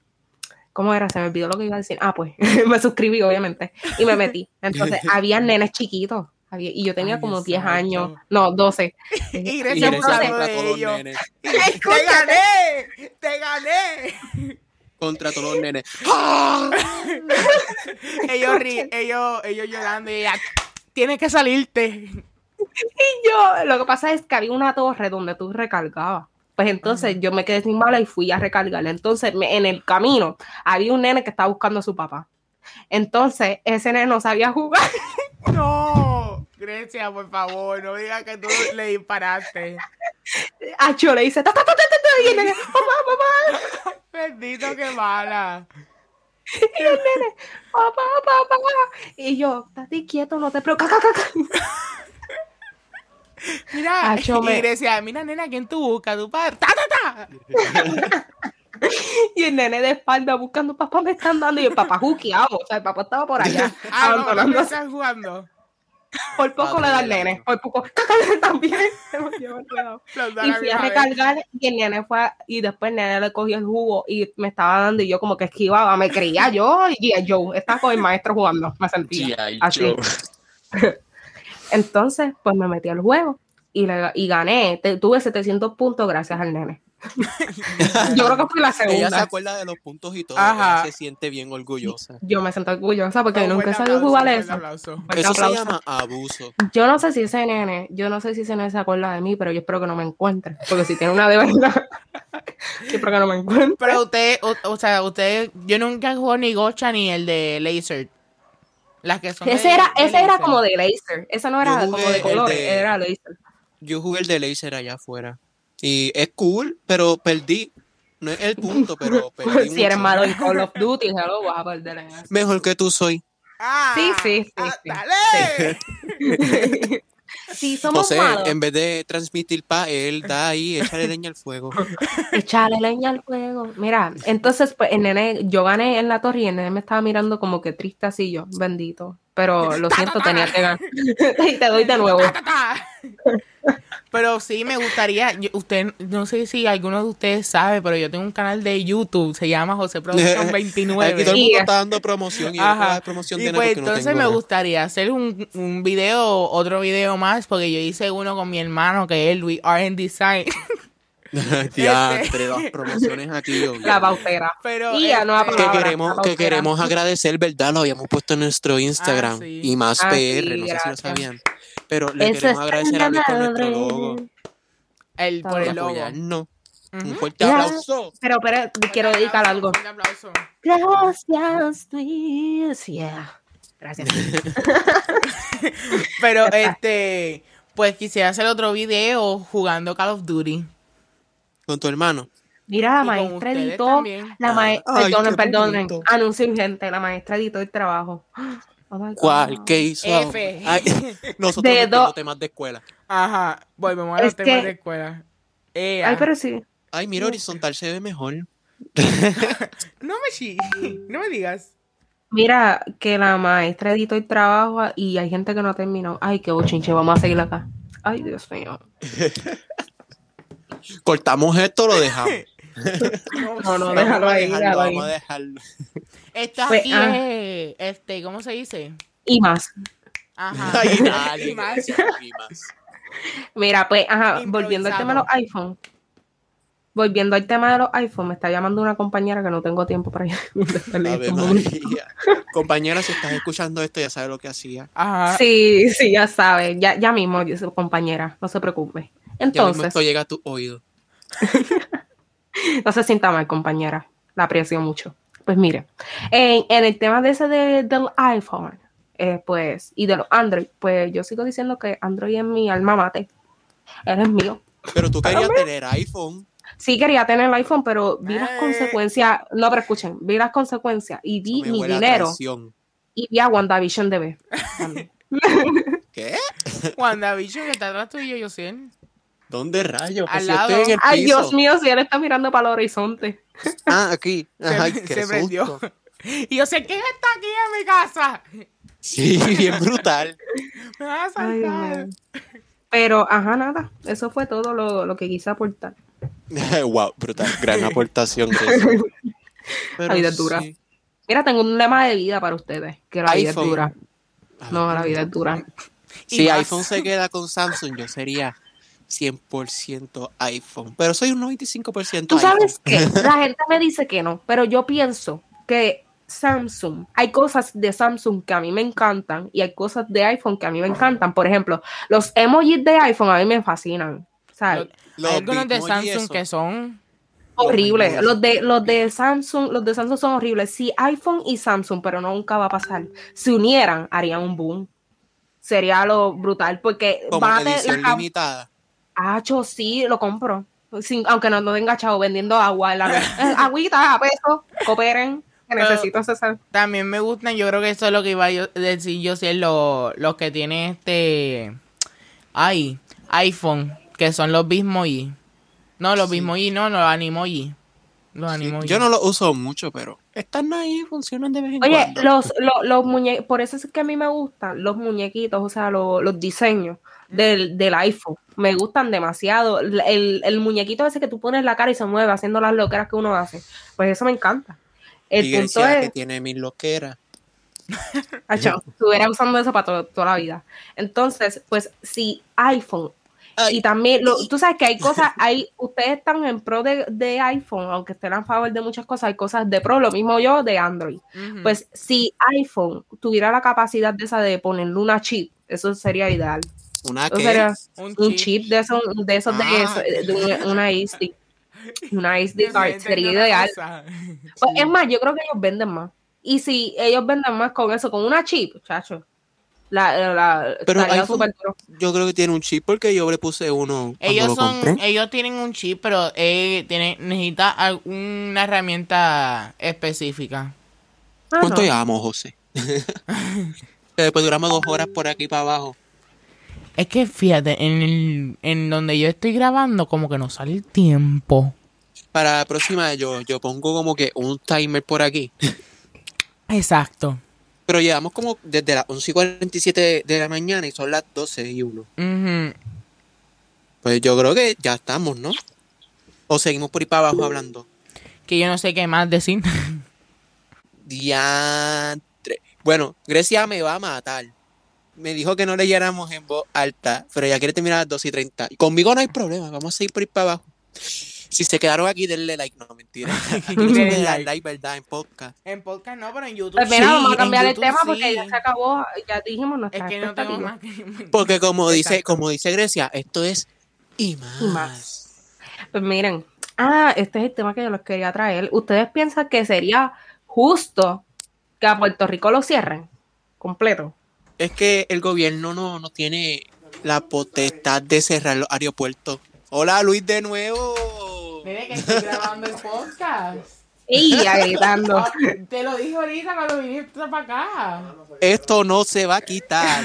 Speaker 3: ¿Cómo era? Se me olvidó lo que iba a decir. Ah, pues me suscribí, obviamente, y me metí. Entonces, había nenes chiquitos. había- y yo tenía
Speaker 2: Ay,
Speaker 3: como
Speaker 2: Dios
Speaker 3: 10
Speaker 2: santo.
Speaker 3: años, no, 12.
Speaker 2: Y
Speaker 1: Y
Speaker 2: Grecia
Speaker 1: Grecia
Speaker 2: burlando
Speaker 1: contra
Speaker 2: de
Speaker 1: todos los
Speaker 2: ellos.
Speaker 1: nenes.
Speaker 2: ¡Te gané! ¡Te gané!
Speaker 1: Contra todos los nenes. ¡Ah!
Speaker 2: Ellos, ri- ellos, ellos llorando y ella, tienes que salirte.
Speaker 3: Y yo, lo que pasa es que había una torre donde tú recargabas. Pues entonces yo me quedé sin bala y fui a recargarla. Entonces, me- en el camino, había un nene que estaba buscando a su papá. Entonces, ese nene no sabía jugar.
Speaker 2: No, Grecia, por favor, no digas que tú le disparaste.
Speaker 3: A Cho Ah, le dice, "Ta, ta, ta, ta, ta, ta", y el nene, "Papá, papá,
Speaker 2: Bendito, qué mala.
Speaker 3: Y el nene, papá, papá. Y yo, estate quieto, no te preocupes. Ca, ca, ca, ca.
Speaker 2: Mira,
Speaker 3: Ah, yo
Speaker 2: y
Speaker 3: me-
Speaker 2: Grecia, mira, nena, ¿quién tú buscas? Tu padre. ¡Ta, ta, ta!
Speaker 3: Y el nene de espalda buscando, papá, me están dando. Y el papá juqueado, o sea, el papá estaba por allá,
Speaker 2: Ah, no, Ah, no,
Speaker 3: abandonando.
Speaker 2: estás jugando.
Speaker 3: Por poco le da al nene, por poco, ca, ca, ca, también. Se lo lleva al lado.
Speaker 2: Los dos a
Speaker 3: Y
Speaker 2: la
Speaker 3: fui a
Speaker 2: misma vez.
Speaker 3: recargar y el nene fue, a- y después el nene le cogió el jugo y me estaba dando y yo como que esquivaba, me creía yo y yo estaba con el maestro jugando, me sentía. Así. Entonces, pues me metí al juego y, le- y gané. Te- tuve 700 puntos gracias al nene. Yo creo que fui la
Speaker 1: Ella se
Speaker 3: segunda.
Speaker 1: acuerda de los puntos y todo.
Speaker 2: Ajá.
Speaker 1: Ella se siente bien orgullosa.
Speaker 3: Yo me siento orgullosa
Speaker 1: Oh,
Speaker 3: porque
Speaker 2: Un fuerte
Speaker 3: nunca he sabido
Speaker 2: aplauso,
Speaker 3: jugar
Speaker 2: un
Speaker 3: eso.
Speaker 2: fuerte aplauso.
Speaker 3: Fuerte
Speaker 1: Eso se
Speaker 3: aplauso.
Speaker 1: llama abuso.
Speaker 3: Yo no sé si ese nene, yo no sé si ese nene se acuerda de mí, pero yo espero que no me encuentre. Porque si tiene una de verdad, yo espero que no me encuentre.
Speaker 2: Pero usted, o, o sea, usted, yo nunca he jugado ni Gocha ni el de Laser. Las que son.
Speaker 3: Ese
Speaker 2: de-
Speaker 3: era,
Speaker 2: de
Speaker 3: ese era
Speaker 2: laser.
Speaker 3: como de laser. Eso no era
Speaker 1: Yo jugué
Speaker 3: como de
Speaker 1: el
Speaker 3: colores,
Speaker 1: de-
Speaker 3: era laser.
Speaker 1: Yo jugué el de laser allá afuera. Y es cool, pero perdí. No es el punto, pero perdí.
Speaker 3: si eres
Speaker 1: mucho.
Speaker 3: malo en Call of Duty, hello, vas a perder en eso.
Speaker 1: Mejor que tú soy.
Speaker 2: Ah,
Speaker 3: Sí, sí, sí,
Speaker 2: ah,
Speaker 3: sí.
Speaker 2: dale.
Speaker 3: Si somos
Speaker 1: José,
Speaker 3: malos,
Speaker 1: en vez de transmitir paz, él da ahí, échale leña al fuego. em,
Speaker 3: Echarle leña al fuego. Mira, entonces, pues, el nene, yo gané en la torre y el nene me estaba mirando como que triste así yo, bendito. Pero lo siento, tenía que ganar. y te doy de nuevo.
Speaker 2: Ta, ta, ta. Ah. Pero sí, me gustaría, yo- usted, no sé si alguno de ustedes sabe, pero yo tengo un canal de YouTube, se llama José Producción
Speaker 1: Aquí todo el
Speaker 2: 29.
Speaker 1: mundo
Speaker 3: Sí.
Speaker 1: está dando promoción y yo no puedo
Speaker 2: Ajá.
Speaker 1: dar promoción
Speaker 2: Y
Speaker 1: de
Speaker 2: pues
Speaker 1: nada porque no
Speaker 2: entonces
Speaker 1: tengo
Speaker 2: me
Speaker 1: nada.
Speaker 2: gustaría hacer un, un video, otro video más, porque yo hice uno con mi hermano que es Luis R Design.
Speaker 1: ya,
Speaker 2: Este.
Speaker 1: entre dos promociones aquí. obvio.
Speaker 3: La pautera.
Speaker 2: Pero
Speaker 3: Y ya no
Speaker 2: este,
Speaker 1: que
Speaker 3: Ahora,
Speaker 1: queremos,
Speaker 3: la
Speaker 1: que
Speaker 3: pautera.
Speaker 1: queremos agradecer, ¿verdad? Lo habíamos puesto en nuestro Instagram
Speaker 2: Ah, sí.
Speaker 1: y más
Speaker 3: Ah,
Speaker 1: PR,
Speaker 3: sí,
Speaker 1: no sé si lo
Speaker 3: gracias.
Speaker 1: sabían. Pero le
Speaker 3: Eso
Speaker 1: queremos
Speaker 3: es
Speaker 1: agradecer a Luis por nuestro logo,
Speaker 2: el, por
Speaker 1: por
Speaker 2: el logo.
Speaker 1: apoyarnos.
Speaker 2: Ujú.
Speaker 1: Un fuerte
Speaker 3: Ya.
Speaker 1: aplauso.
Speaker 3: Pero, pero quiero dedicar algo.
Speaker 2: Un aplauso.
Speaker 3: Gracias, Luis. Yeah. Gracias.
Speaker 2: Pero este, pues quisiera hacer otro video jugando Call of Duty.
Speaker 1: Con tu hermano.
Speaker 3: Mira, la
Speaker 2: Y con
Speaker 3: maestra
Speaker 2: ustedes
Speaker 3: editó.
Speaker 2: también.
Speaker 3: La maestra,
Speaker 1: Ay,
Speaker 3: perdonen,
Speaker 1: qué
Speaker 3: perdonen.
Speaker 1: bonito.
Speaker 3: Anuncio urgente. La maestra editó el trabajo. Oh my God.
Speaker 1: ¿Cuál? ¿Qué hizo?
Speaker 2: F.
Speaker 1: Ay, nosotros
Speaker 3: De
Speaker 1: metiendo
Speaker 3: do-
Speaker 1: temas de escuela.
Speaker 2: Ajá, volvemos a los
Speaker 3: Es
Speaker 2: temas
Speaker 3: que-
Speaker 2: de escuela. Eh, Ea.
Speaker 3: Ay, pero sí.
Speaker 1: Ay, mira, horizontal se ve mejor.
Speaker 2: No me chi- no me digas.
Speaker 3: Mira, que la maestra editó el trabajo y hay gente que no ha terminado. Ay, qué bochinche, vamos a seguir acá. Ay, Dios mío.
Speaker 1: Cortamos esto, lo dejamos.
Speaker 3: No, no,
Speaker 2: sé.
Speaker 3: déjalo
Speaker 1: Vamos a
Speaker 3: ahí,
Speaker 1: dejarlo,
Speaker 3: déjalo ahí.
Speaker 1: vamos a dejarlo.
Speaker 2: Esto
Speaker 3: Pues,
Speaker 2: aquí
Speaker 3: ah.
Speaker 2: es, este, ¿cómo se dice?
Speaker 3: Y más. Ah,
Speaker 2: Ajá.
Speaker 1: Ay, dale,
Speaker 2: Y más.
Speaker 1: gracias, y más.
Speaker 3: Mira, pues, ajá,
Speaker 2: Improvisado.
Speaker 3: volviendo al tema de los iPhone. Volviendo al tema de los iPhone, me está llamando una compañera que no tengo tiempo para ir.
Speaker 1: Ave María. Compañera, si estás escuchando esto, ya sabes lo que hacía.
Speaker 2: Ajá.
Speaker 3: Sí, sí, ya sabes. Ya, ya mismo, yo soy compañera, no se preocupe.
Speaker 1: Ya mismo
Speaker 3: Entonces,
Speaker 1: esto llega a tu oído.
Speaker 3: no se sienta mal, compañera. La aprecio mucho. Pues mire, en, en el tema de ese de- del iPhone, eh, pues, y de los Android, pues yo sigo diciendo que Android es mi alma mate. Él es mío.
Speaker 1: Pero tú querías tener iPhone.
Speaker 3: Sí quería tener el iPhone, pero vi las
Speaker 2: Eh.
Speaker 3: consecuencias, no, pero escuchen, vi las consecuencias y vi
Speaker 1: Eso me
Speaker 3: mi
Speaker 1: huele a
Speaker 3: dinero
Speaker 1: traición.
Speaker 3: y vi a WandaVision de B. también.
Speaker 1: ¿Qué?
Speaker 2: WandaVision que está atrás tuyo, yo sé.
Speaker 1: ¿Dónde rayos? Pues
Speaker 2: Al
Speaker 1: si yo estoy en el
Speaker 3: Ay,
Speaker 1: piso.
Speaker 3: Dios mío, si él está mirando para el horizonte.
Speaker 1: Ah, aquí.
Speaker 2: Se,
Speaker 1: Ay, qué
Speaker 2: se prendió.
Speaker 1: susto.
Speaker 2: Y yo sé, ¿quién está aquí en mi casa?
Speaker 1: Sí, bien brutal.
Speaker 2: Me van a
Speaker 3: Ay, Dios
Speaker 2: saltar.
Speaker 3: mío. Pero, ajá, nada, eso fue todo lo, lo que quise aportar.
Speaker 1: wow, brutal. Gran aportación. de eso. Pero
Speaker 3: Ay, de dura.
Speaker 1: sí.
Speaker 3: Mira, tengo un lema de vida para ustedes, que la vida
Speaker 1: iPhone.
Speaker 3: es dura.
Speaker 1: A ver,
Speaker 3: No, la vida es dura.
Speaker 2: Y
Speaker 1: Si
Speaker 2: más.
Speaker 1: iPhone se queda con Samsung, yo sería 100% iPhone. Pero soy un 95%
Speaker 3: Tú
Speaker 1: iPhone.
Speaker 3: sabes que la gente me dice que no, pero yo pienso que Samsung, hay cosas de Samsung que a mí me encantan y hay cosas de iPhone que a mí me encantan. Por ejemplo, los emojis de iPhone a mí me fascinan. ¿sabes?
Speaker 1: Los
Speaker 2: Hay algunos de
Speaker 1: Bitmoji
Speaker 2: Samsung
Speaker 1: eso.
Speaker 2: que son.
Speaker 3: Horribles.
Speaker 1: los
Speaker 3: Los de, los de Samsung, los de Samsung son horribles. Sí, iPhone y Samsung, pero nunca va a pasar. Si unieran, harían un boom. Sería lo brutal, porque
Speaker 1: Como
Speaker 3: van a tener
Speaker 1: edición
Speaker 3: la-
Speaker 1: limitada.
Speaker 3: Ah, yo sí, lo compro. Sin- aunque no, no tenga chavo vendiendo agua en la noche. Eh, Agüita, a peso, cooperen, que
Speaker 2: Pero-
Speaker 3: necesito cesar.
Speaker 2: También me gustan, yo creo que eso es lo que iba yo a decir yo si es lo, los que tiene este ay, iPhone, que son los Bismoji. No, los
Speaker 1: Sí.
Speaker 2: Bismoji no, los Animoji. Los
Speaker 1: Sí,
Speaker 2: Animoji.
Speaker 1: yo no lo uso mucho, pero están ahí, funcionan de vez en
Speaker 3: Oye,
Speaker 1: cuando.
Speaker 3: los, lo- los muñequitos, por eso es que a mí me gustan los muñequitos, o sea, lo- los diseños del, del iPhone. Me gustan demasiado. El, el- el muñequito ese que tú pones la cara y se mueve haciendo las loqueras que uno hace. Pues eso me encanta. El
Speaker 1: Tigre
Speaker 3: punto
Speaker 1: decía que
Speaker 3: es,
Speaker 1: tiene mil loqueras.
Speaker 3: ah, chao, estuviera usando eso para to- toda la vida. Entonces, pues si iPhone
Speaker 1: Ay,
Speaker 3: Y también, lo- tú sabes que hay cosas, hay, ustedes están en pro de, de iPhone, aunque estén a favor de muchas cosas, hay cosas de pro, lo mismo yo de Android.
Speaker 2: Ujú.
Speaker 3: Pues si iPhone tuviera la capacidad de esa de ponerle una chip, eso sería ideal.
Speaker 1: una
Speaker 3: Eso
Speaker 1: que
Speaker 3: sería
Speaker 2: un
Speaker 3: un chip de esos, de esos de,
Speaker 1: Ah.
Speaker 3: eso- de una- una SD. Una SD
Speaker 2: de
Speaker 3: card sería ideal. Pues, es más, yo creo que ellos venden más. Y si ellos venden más con eso, con una chip, chacho, la, la,
Speaker 1: Pero
Speaker 3: estaría
Speaker 1: iPhone-
Speaker 3: súper duro.
Speaker 1: yo creo que tiene un chip porque yo le puse uno cuando
Speaker 2: Ellos
Speaker 1: lo
Speaker 2: son,
Speaker 1: compré.
Speaker 2: ellos tienen un chip, pero eh, tienen, necesita alguna herramienta específica.
Speaker 3: Ah,
Speaker 1: ¿Cuánto
Speaker 3: no.
Speaker 1: llevamos, José? que después duramos dos horas por aquí para abajo.
Speaker 2: Es que fíjate, en, el- en donde yo estoy grabando, como que no sale el tiempo.
Speaker 1: Para la próxima yo, yo pongo como que un timer por aquí.
Speaker 2: Exacto.
Speaker 1: Pero llevamos como desde las 11 y 47 de, de la mañana y son las 12 y 1.
Speaker 2: Ujú.
Speaker 1: Pues yo creo que ya estamos, ¿no? O seguimos por ahí para abajo hablando.
Speaker 2: Que yo no sé qué más decir.
Speaker 1: Diantre. Bueno, Grecia me va a matar. Me dijo que no leyéramos en voz alta, pero ya quiere terminar a las 2 y 30. Conmigo no hay problema, vamos a ir por ahí para abajo. Si se quedaron aquí, denle like, no mentira. Aquí no se puede dar like, ¿verdad? En podcast.
Speaker 2: en podcast no, pero en YouTube.
Speaker 3: Pues mira,
Speaker 2: sí,
Speaker 3: vamos a
Speaker 2: en
Speaker 3: cambiar el
Speaker 2: YouTube
Speaker 3: tema
Speaker 2: sí.
Speaker 3: porque ya se acabó, ya dijimos
Speaker 2: Es
Speaker 3: nuestras
Speaker 2: que no tengo
Speaker 3: expectativas.
Speaker 2: más que.
Speaker 1: Porque como dice,
Speaker 2: Exacto.
Speaker 1: como dice Grecia, esto es y más.
Speaker 3: Y más. Pues miren, ah, este es el tema que yo les quería traer. ¿Ustedes piensan que sería justo que a Puerto Rico lo cierren completo?
Speaker 1: Es que el gobierno no, no tiene la potestad de cerrar los aeropuertos. Hola Luis de nuevo.
Speaker 2: Mire que estoy grabando el podcast.
Speaker 3: Y gritando.
Speaker 2: Ah, Te lo dije ahorita cuando viniste para acá.
Speaker 1: Esto no se va a quitar.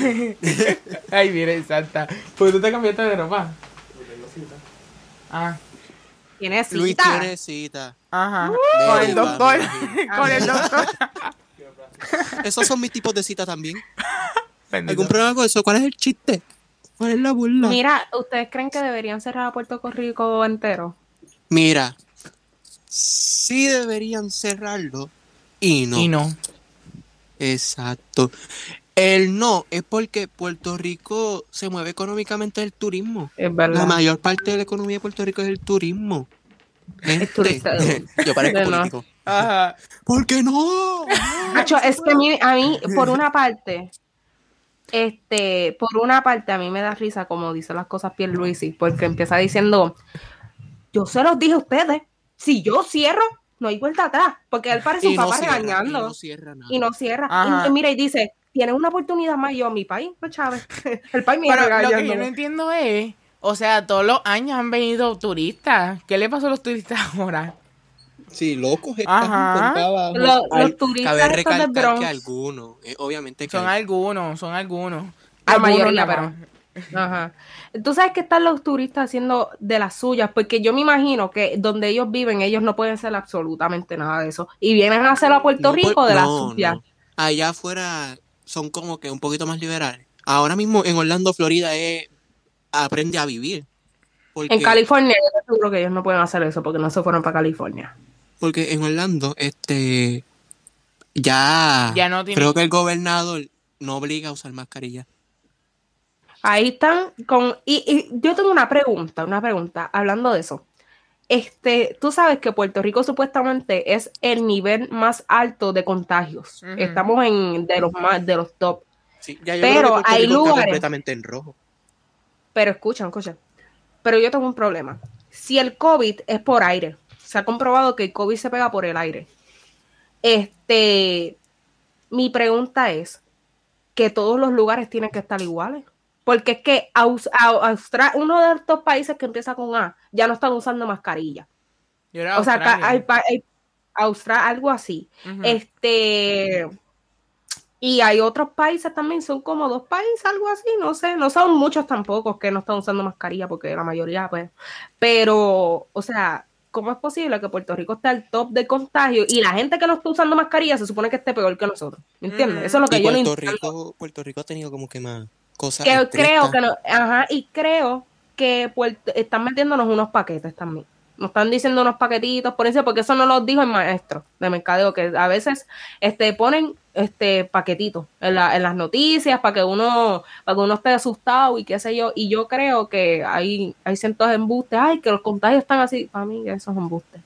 Speaker 2: Ay, mire, Santa. Pues tú te cambiaste de ropa. Ah,
Speaker 3: Tiene cita.
Speaker 1: Luis tiene cita.
Speaker 2: ajá.
Speaker 3: Uh.
Speaker 2: Con el doctor. Con el doctor.
Speaker 1: Esos son mis tipos de cita también.
Speaker 2: Bendito.
Speaker 1: ¿Algún problema con eso? ¿Cuál es el chiste? ¿Cuál es la burla? Mira,
Speaker 3: Mira, ¿ustedes creen que deberían cerrar a Puerto Rico entero?
Speaker 1: sí deberían cerrarlo y no.
Speaker 2: Y no.
Speaker 1: Exacto. El no es porque Puerto Rico se mueve económicamente del turismo.
Speaker 3: Es
Speaker 1: La
Speaker 3: verdad.
Speaker 1: mayor parte de la economía de Puerto Rico es el turismo. Gente.
Speaker 3: turista.
Speaker 1: Yo parezco
Speaker 3: Bueno.
Speaker 1: político.
Speaker 2: Ajá.
Speaker 1: ¿Por qué no? No.
Speaker 3: Nacho, es que a mí, a mí, por una parte, este, por una parte, a mí me da risa como dice las cosas Pierluisi, porque empieza diciendo, yo se los dije a ustedes, si yo cierro, no hay vuelta atrás, porque él parece un
Speaker 1: Y no
Speaker 3: papá
Speaker 1: cierra,
Speaker 3: regañando
Speaker 1: y no cierra nada.
Speaker 3: y no cierra.
Speaker 2: Ajá.
Speaker 3: Y mira, y dice, tienen una oportunidad más, Y yo, mi país, no Chávez, el país me
Speaker 2: Pero lo que yo no
Speaker 3: regañando.
Speaker 2: entiendo es, o sea, todos los años han venido turistas. ¿Qué le pasó a los turistas ahora?
Speaker 1: Sí, locos.
Speaker 2: Ajá.
Speaker 3: Los- los turistas
Speaker 1: Cabe
Speaker 3: estos del
Speaker 1: recalcar
Speaker 3: Bronx.
Speaker 1: que algunos, eh, obviamente que
Speaker 2: Son
Speaker 1: hay-
Speaker 2: algunos, son algunos.
Speaker 3: La
Speaker 2: Algunos
Speaker 3: mayoría,
Speaker 2: nada
Speaker 3: pero-
Speaker 2: más.
Speaker 3: Ajá. Tú sabes que están los turistas haciendo de las suyas, porque yo me imagino que donde ellos viven, ellos no pueden hacer absolutamente nada de eso. Y vienen a hacerlo a Puerto
Speaker 1: no,
Speaker 3: Rico
Speaker 1: por-
Speaker 3: de las
Speaker 1: no,
Speaker 3: suyas.
Speaker 1: no. Allá afuera son como que un poquito más liberales. Ahora mismo en Orlando, Florida, es aprende a vivir. Porque,
Speaker 3: En California, yo te seguro que ellos no pueden hacer eso porque no se fueron para California.
Speaker 1: Porque en Orlando, este, ya,
Speaker 2: Ya no tiene-
Speaker 1: creo que el gobernador no obliga a usar mascarilla.
Speaker 3: Ahí están con. Y, y yo tengo una pregunta, una pregunta, hablando de eso. Este, tú sabes que Puerto Rico supuestamente es el nivel más alto de contagios.
Speaker 2: Ujú.
Speaker 3: Estamos en de los más, de los top.
Speaker 1: Sí, ya yo
Speaker 3: Pero
Speaker 1: creo que Puerto
Speaker 3: hay
Speaker 1: Rico está
Speaker 3: lugares-
Speaker 1: completamente en rojo.
Speaker 3: Pero escuchan, escuchan. Pero yo tengo un problema. Si el COVID es por aire, se ha comprobado que el COVID se pega por el aire. Este, mi pregunta es que todos los lugares tienen que estar iguales. Porque es que Aus- Au- Austra- uno de estos países que empieza con A ya no están usando mascarilla.
Speaker 2: Yo era
Speaker 3: o sea, acá
Speaker 2: Australia.
Speaker 3: hay, pa- hay- Austra- algo así.
Speaker 2: Ujú.
Speaker 3: Este. Y hay otros países también, son como dos países, algo así, no sé, no son muchos tampoco que no están usando mascarilla, porque la mayoría, pues. Pero, o sea, ¿cómo es posible que Puerto Rico esté al top de contagio y la gente que no está usando mascarilla se supone que esté peor que nosotros? ¿Me entiendes?
Speaker 2: Ujú.
Speaker 3: Eso es lo que
Speaker 1: Y
Speaker 3: yo no
Speaker 1: Puerto
Speaker 3: entiendo
Speaker 1: Rico, Puerto Rico ha tenido como que más cosas.
Speaker 3: que creo
Speaker 1: estrictas.
Speaker 3: que no, ajá, y creo que Puerto- están metiéndonos unos paquetes también. Nos están diciendo unos paquetitos, por eso, porque eso no lo dijo el maestro de mercadeo, que a veces este ponen este paquetitos en, la- en las noticias para que uno, para que uno esté asustado y qué sé yo. Y yo creo que hay, hay ciertos embustes, ay, que los contagios están así, para mí esos embustes.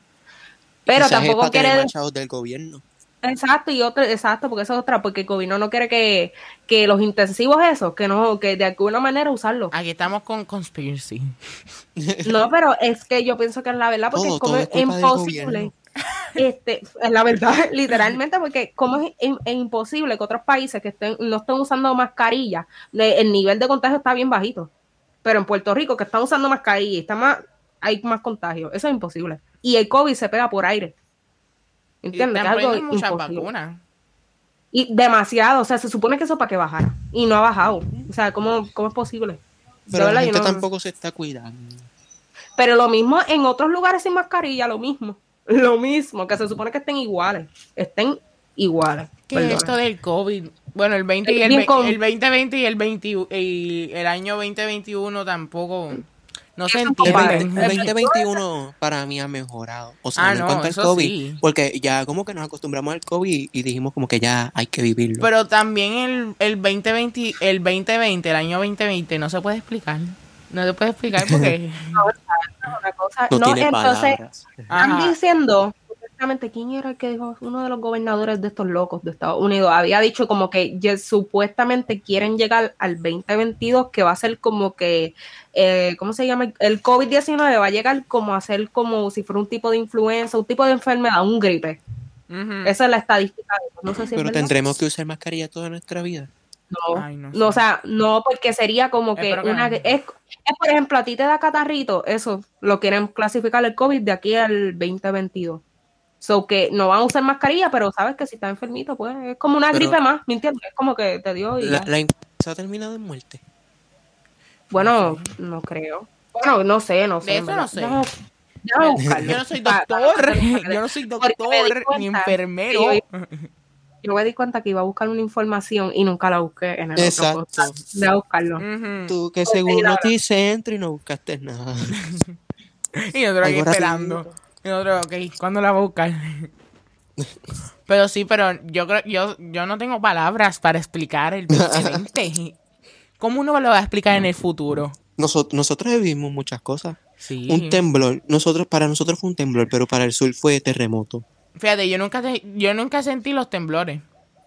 Speaker 3: Pero
Speaker 1: Quizás es
Speaker 3: tampoco
Speaker 1: para tener
Speaker 3: quiere
Speaker 1: machados del gobierno.
Speaker 3: Exacto, y otra, exacto, porque esa es otra, porque el gobierno no quiere que, que los intensivos esos, que no, que de alguna manera usarlos.
Speaker 2: Aquí estamos con conspiracy.
Speaker 3: No, pero es que yo pienso que es la verdad, porque
Speaker 1: Todo,
Speaker 3: como
Speaker 1: todo es
Speaker 3: es
Speaker 1: culpa del
Speaker 3: imposible,
Speaker 1: gobierno.
Speaker 3: este, es la verdad, literalmente, porque como es, im- es imposible que otros países que estén, no estén usando mascarilla, le- el nivel de contagio está bien bajito. Pero en Puerto Rico, que están usando mascarilla, y está más, hay más contagio. Eso es imposible. Y el COVID se pega por aire.
Speaker 2: Y
Speaker 3: ¿Entiendes?
Speaker 2: Están
Speaker 3: Que es algo
Speaker 2: poniendo muchas
Speaker 3: imposible.
Speaker 2: vacunas.
Speaker 3: Y demasiado, o sea, se supone que eso para que bajara. Y no ha bajado. O sea, ¿cómo, cómo es posible? De
Speaker 1: Pero
Speaker 3: verdad,
Speaker 1: la
Speaker 3: yo
Speaker 1: gente
Speaker 3: no-
Speaker 1: tampoco se está cuidando.
Speaker 3: Pero lo mismo en otros lugares sin mascarilla, lo mismo. Lo mismo, que se supone que estén iguales. Estén iguales.
Speaker 2: ¿Qué
Speaker 3: perdona.
Speaker 2: es esto del COVID? Bueno, el 20 y el,
Speaker 3: Bien
Speaker 2: ve-
Speaker 3: con-
Speaker 2: el 2020 y el 20 y el año 2021 tampoco no se
Speaker 1: El
Speaker 2: entienden.
Speaker 1: 20- el 2021 para mí ha mejorado. O sea, no,
Speaker 2: Ah, no,
Speaker 1: en cuanto al
Speaker 2: eso
Speaker 1: COVID.
Speaker 2: sí.
Speaker 1: Porque ya como que nos acostumbramos al COVID y dijimos como que ya hay que vivirlo.
Speaker 2: Pero también el, el 2020, el 2020, el año 2020, no se puede explicar. No se puede explicar porque...
Speaker 3: una cosa.
Speaker 1: no,
Speaker 3: No,
Speaker 1: tiene
Speaker 3: entonces,
Speaker 1: palabras.
Speaker 2: Ajá.
Speaker 3: Están diciendo exactamente quién era el que dijo, uno de los gobernadores de estos locos de Estados Unidos, había dicho como que ye- supuestamente quieren llegar al 2022, que va a ser como que, eh, ¿cómo se llama? El COVID-19 va a llegar como a ser como si fuera un tipo de influenza, un tipo de enfermedad, un gripe.
Speaker 2: Ujú.
Speaker 3: Esa es la estadística. de eso. No sé si es
Speaker 1: Pero
Speaker 3: verdad.
Speaker 1: tendremos que usar mascarilla toda nuestra vida.
Speaker 3: No.
Speaker 2: Ay, no
Speaker 3: No, o
Speaker 2: sé.
Speaker 3: sea, no, porque sería como que
Speaker 2: Espero Eh, que
Speaker 3: una.
Speaker 2: no.
Speaker 3: Es, es, por ejemplo, a ti te da catarrito, eso lo quieren clasificar el COVID de aquí al 2022. So que no van a usar mascarilla, pero sabes que si estás enfermito, pues es como una
Speaker 1: Pero-
Speaker 3: gripe más, ¿me entiendes? Es como que te dio. Y
Speaker 1: La,
Speaker 3: ya.
Speaker 1: la influenza ha terminado en muerte.
Speaker 3: Bueno, no creo. Bueno, no sé, no sé.
Speaker 2: De
Speaker 3: en
Speaker 2: eso
Speaker 3: verdad.
Speaker 2: no sé.
Speaker 3: Déjame- déjame buscarlo.
Speaker 2: Yo no soy
Speaker 3: Pa- pa-
Speaker 2: doctor,
Speaker 3: pa-
Speaker 2: yo no soy
Speaker 3: Porque me di
Speaker 2: doctor ni
Speaker 3: cuenta
Speaker 2: enfermero.
Speaker 3: que Yo me di cuenta que iba a buscar una información y nunca la busqué en el otro
Speaker 1: Exacto.
Speaker 3: podcast. Voy a buscarlo.
Speaker 2: Ujú.
Speaker 1: Tú que
Speaker 3: Mm. Ok, la
Speaker 1: seguro
Speaker 3: verdad.
Speaker 1: te hice entro y no buscaste nada.
Speaker 2: Y nosotros aquí
Speaker 1: Algo
Speaker 2: esperando. Y nosotros, ok, ¿cuándo la va a buscar? pero sí, pero yo creo, yo, yo no tengo palabras para explicar el 2020. ¿Cómo uno lo va a explicar en el futuro?
Speaker 1: Nosot- nosotros vivimos muchas cosas.
Speaker 2: Sí.
Speaker 1: Un temblor. Nosotros, para nosotros fue un temblor, pero para el sur fue terremoto.
Speaker 2: Fíjate, yo nunca, te- yo nunca sentí los temblores.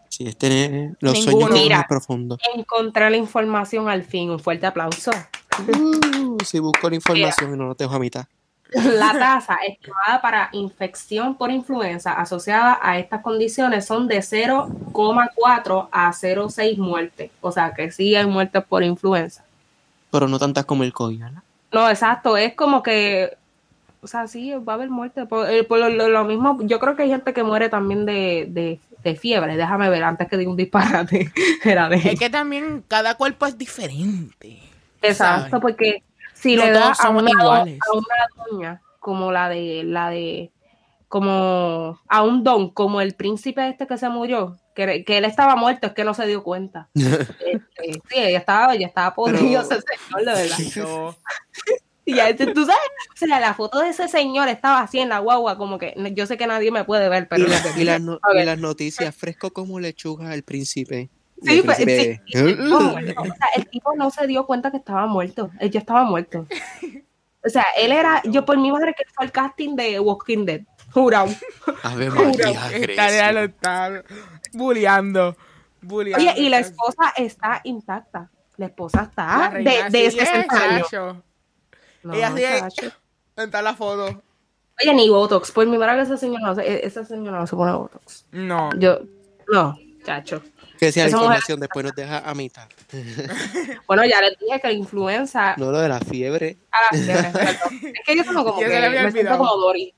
Speaker 1: Sí, este es los sueños
Speaker 2: Ninguno.
Speaker 1: que son
Speaker 3: Mira.
Speaker 1: más profundos.
Speaker 3: Encontré la información al fin. Un fuerte aplauso.
Speaker 1: Uh, si busco la información y no lo dejo a mitad.
Speaker 3: La tasa estimada para infección por influenza asociada a estas condiciones son de 0,4 a 0,6 muertes. O sea que sí hay muertes por influenza.
Speaker 1: Pero no tantas como el COVID, ¿verdad?
Speaker 3: No, exacto, es como que, o sea, sí, va a haber muerte. Por, eh, por lo, lo- lo mismo, yo creo que hay gente que muere también de, de- de fiebre. Déjame ver antes que diga un disparate. Era de-
Speaker 2: Es que también cada cuerpo es diferente.
Speaker 3: Exacto,
Speaker 2: ¿sabes?
Speaker 3: porque si
Speaker 2: No
Speaker 3: le da
Speaker 2: todos
Speaker 3: a
Speaker 2: somos
Speaker 3: una, do-
Speaker 2: iguales.
Speaker 3: a una doña como la de la de como a un don como el príncipe este que se murió que, que él estaba muerto es que no se dio cuenta Este, sí ella estaba ella estaba podrido ese señor de verdad
Speaker 2: Yo-
Speaker 3: y ya, este, tú sabes o sea, la foto de ese señor estaba así en la guagua como que yo sé que nadie me puede ver pero
Speaker 1: y, la- y las no-
Speaker 3: A ver.
Speaker 1: y las noticias, fresco como lechuga al príncipe. Y
Speaker 3: Sí,
Speaker 1: el
Speaker 3: pues,
Speaker 1: príncipe-
Speaker 3: sí, sí, estaba muerto. O sea, el tipo no se dio cuenta que estaba muerto. Él ya estaba muerto. O sea, él era, yo por mi madre que fue al casting de Walking Dead. Jurado.
Speaker 1: Ave
Speaker 3: Juro
Speaker 1: María,
Speaker 2: Estaré lo
Speaker 1: Grecia.
Speaker 2: estar bulleando. bulleando.
Speaker 3: Oye, y la esposa está intacta. La esposa
Speaker 2: La
Speaker 3: está
Speaker 2: reina
Speaker 3: de, de
Speaker 2: sí es,
Speaker 3: 60 años.
Speaker 2: chacho.
Speaker 3: No,
Speaker 2: Ella sí es-
Speaker 3: chacho.
Speaker 2: Está la foto.
Speaker 3: Oye, ni Botox. Por mi madre que esa señora, no se- e, esa señora no se pone Botox.
Speaker 2: No.
Speaker 3: Yo, no, chacho.
Speaker 1: Que sea la
Speaker 3: Esa mujer-
Speaker 1: información después nos deja a mitad.
Speaker 3: Ah. Bueno, ya les dije que la influenza ah,
Speaker 1: No lo de la fiebre.
Speaker 3: a la fiebre, perdón. Es que yo tengo como
Speaker 2: Ya
Speaker 3: que,
Speaker 2: se le había
Speaker 3: me siento
Speaker 2: olvidado.
Speaker 3: como Dory.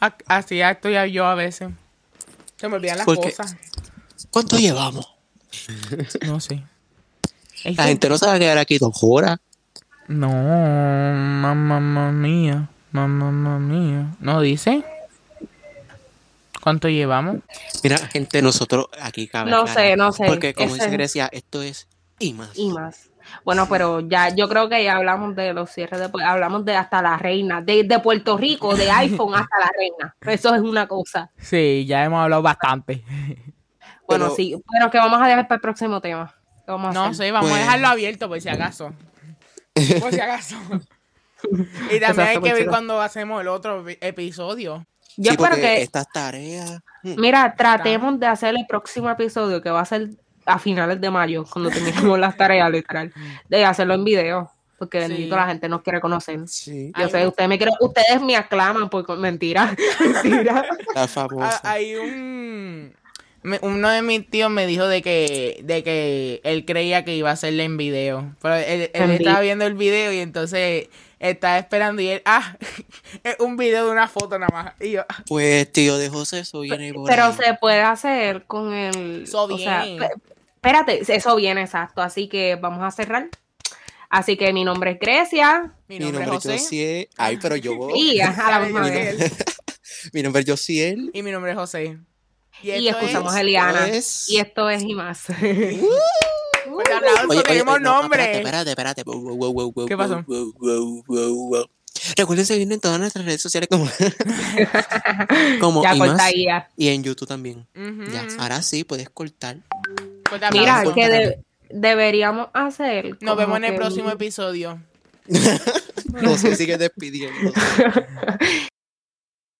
Speaker 2: A- Así estoy yo a veces. Se me olvidan las
Speaker 1: ¿Por qué?
Speaker 2: cosas.
Speaker 1: ¿Cuánto llevamos?
Speaker 2: No sé. Es
Speaker 1: La
Speaker 2: que-
Speaker 1: gente no se va a quedar aquí dos horas.
Speaker 2: No, mamá mía. Mamá mía. ¿No dice? ¿Cuánto llevamos?
Speaker 1: Mira, gente, nosotros aquí cabe
Speaker 3: No
Speaker 1: aclarar,
Speaker 3: sé, no sé.
Speaker 1: Porque como
Speaker 3: Ese-
Speaker 1: dice Grecia, esto es y más.
Speaker 3: y más. Bueno, pero ya yo creo que ya hablamos de los cierres, de, hablamos de hasta la reina, de, de Puerto Rico, de iPhone hasta la reina. Eso es una cosa.
Speaker 2: Sí, ya hemos hablado bastante.
Speaker 3: Bueno,
Speaker 1: Pero-
Speaker 3: sí, bueno, que vamos a dejar para el próximo tema. ¿Qué vamos a
Speaker 2: No
Speaker 3: hacer?
Speaker 2: sé, vamos
Speaker 1: Pues-
Speaker 2: a dejarlo abierto por si acaso. Por si acaso. Y también hay
Speaker 3: Exacto,
Speaker 2: que ver
Speaker 3: chica.
Speaker 2: cuando hacemos el otro vi- episodio.
Speaker 3: Yo
Speaker 1: Sí,
Speaker 3: espero
Speaker 1: porque
Speaker 3: que,
Speaker 1: estas tareas. mm,
Speaker 3: mira, tratemos de hacer el próximo episodio que va a ser a finales de mayo, cuando terminemos las tareas, literal, de hacerlo en video, porque
Speaker 2: Sí.
Speaker 3: bendito la gente nos quiere conocer.
Speaker 1: Sí,
Speaker 3: Yo
Speaker 2: Ay,
Speaker 3: sé,
Speaker 2: no.
Speaker 3: ustedes me quieren- ustedes me aclaman por mentira, mentira.
Speaker 1: la famosa.
Speaker 2: Ah, hay un. me- Uno de mis tíos me dijo de que, de que él creía que iba a hacerle en video. Pero él, él
Speaker 3: En vi-
Speaker 2: estaba viendo el video y entonces estaba esperando y él, ah, es un video de una foto nada más. Y yo, ah,
Speaker 1: Pues tío de José, soy viene por
Speaker 3: ah. Pero
Speaker 1: ahí.
Speaker 3: se puede hacer con el.
Speaker 2: Eso
Speaker 3: o sea,
Speaker 2: bien.
Speaker 3: pe- espérate, eso viene exacto. Así que vamos a cerrar. Así que mi nombre es Grecia.
Speaker 2: mi nombre, es José.
Speaker 1: Josiel. Ay, pero yo
Speaker 3: Y a la misma
Speaker 2: Ay,
Speaker 3: vez.
Speaker 2: Josiel.
Speaker 1: Mi nombre es Josiel.
Speaker 2: Y mi nombre es José.
Speaker 3: Y,
Speaker 2: esto es-
Speaker 3: escuchamos a Eliana.
Speaker 1: es-
Speaker 3: Y esto es y más.
Speaker 1: Uh.
Speaker 2: Fuerte aplauso,
Speaker 1: Oye, oye,
Speaker 2: tenemos
Speaker 1: oye, no,
Speaker 2: nombre.
Speaker 1: espérate, espérate, espérate. Wow, wow, wow, wow,
Speaker 2: ¿Qué pasó?
Speaker 1: wow, wow, wow, wow. Recuerden seguirnos en todas nuestras redes sociales como, como
Speaker 3: Ya
Speaker 1: y
Speaker 3: corta
Speaker 1: más.
Speaker 3: ahí, ya.
Speaker 1: Y en YouTube también.
Speaker 2: Ujú.
Speaker 1: Ya, ahora sí, puedes cortar.
Speaker 2: Fuerte aplauso.
Speaker 3: Mira,
Speaker 1: Vamos,
Speaker 3: que
Speaker 1: vamos.
Speaker 3: de- deberíamos hacer.
Speaker 2: Nos
Speaker 3: como
Speaker 2: vemos en el
Speaker 3: que
Speaker 2: próximo
Speaker 3: un-
Speaker 2: episodio.
Speaker 1: José sigue despidiendo.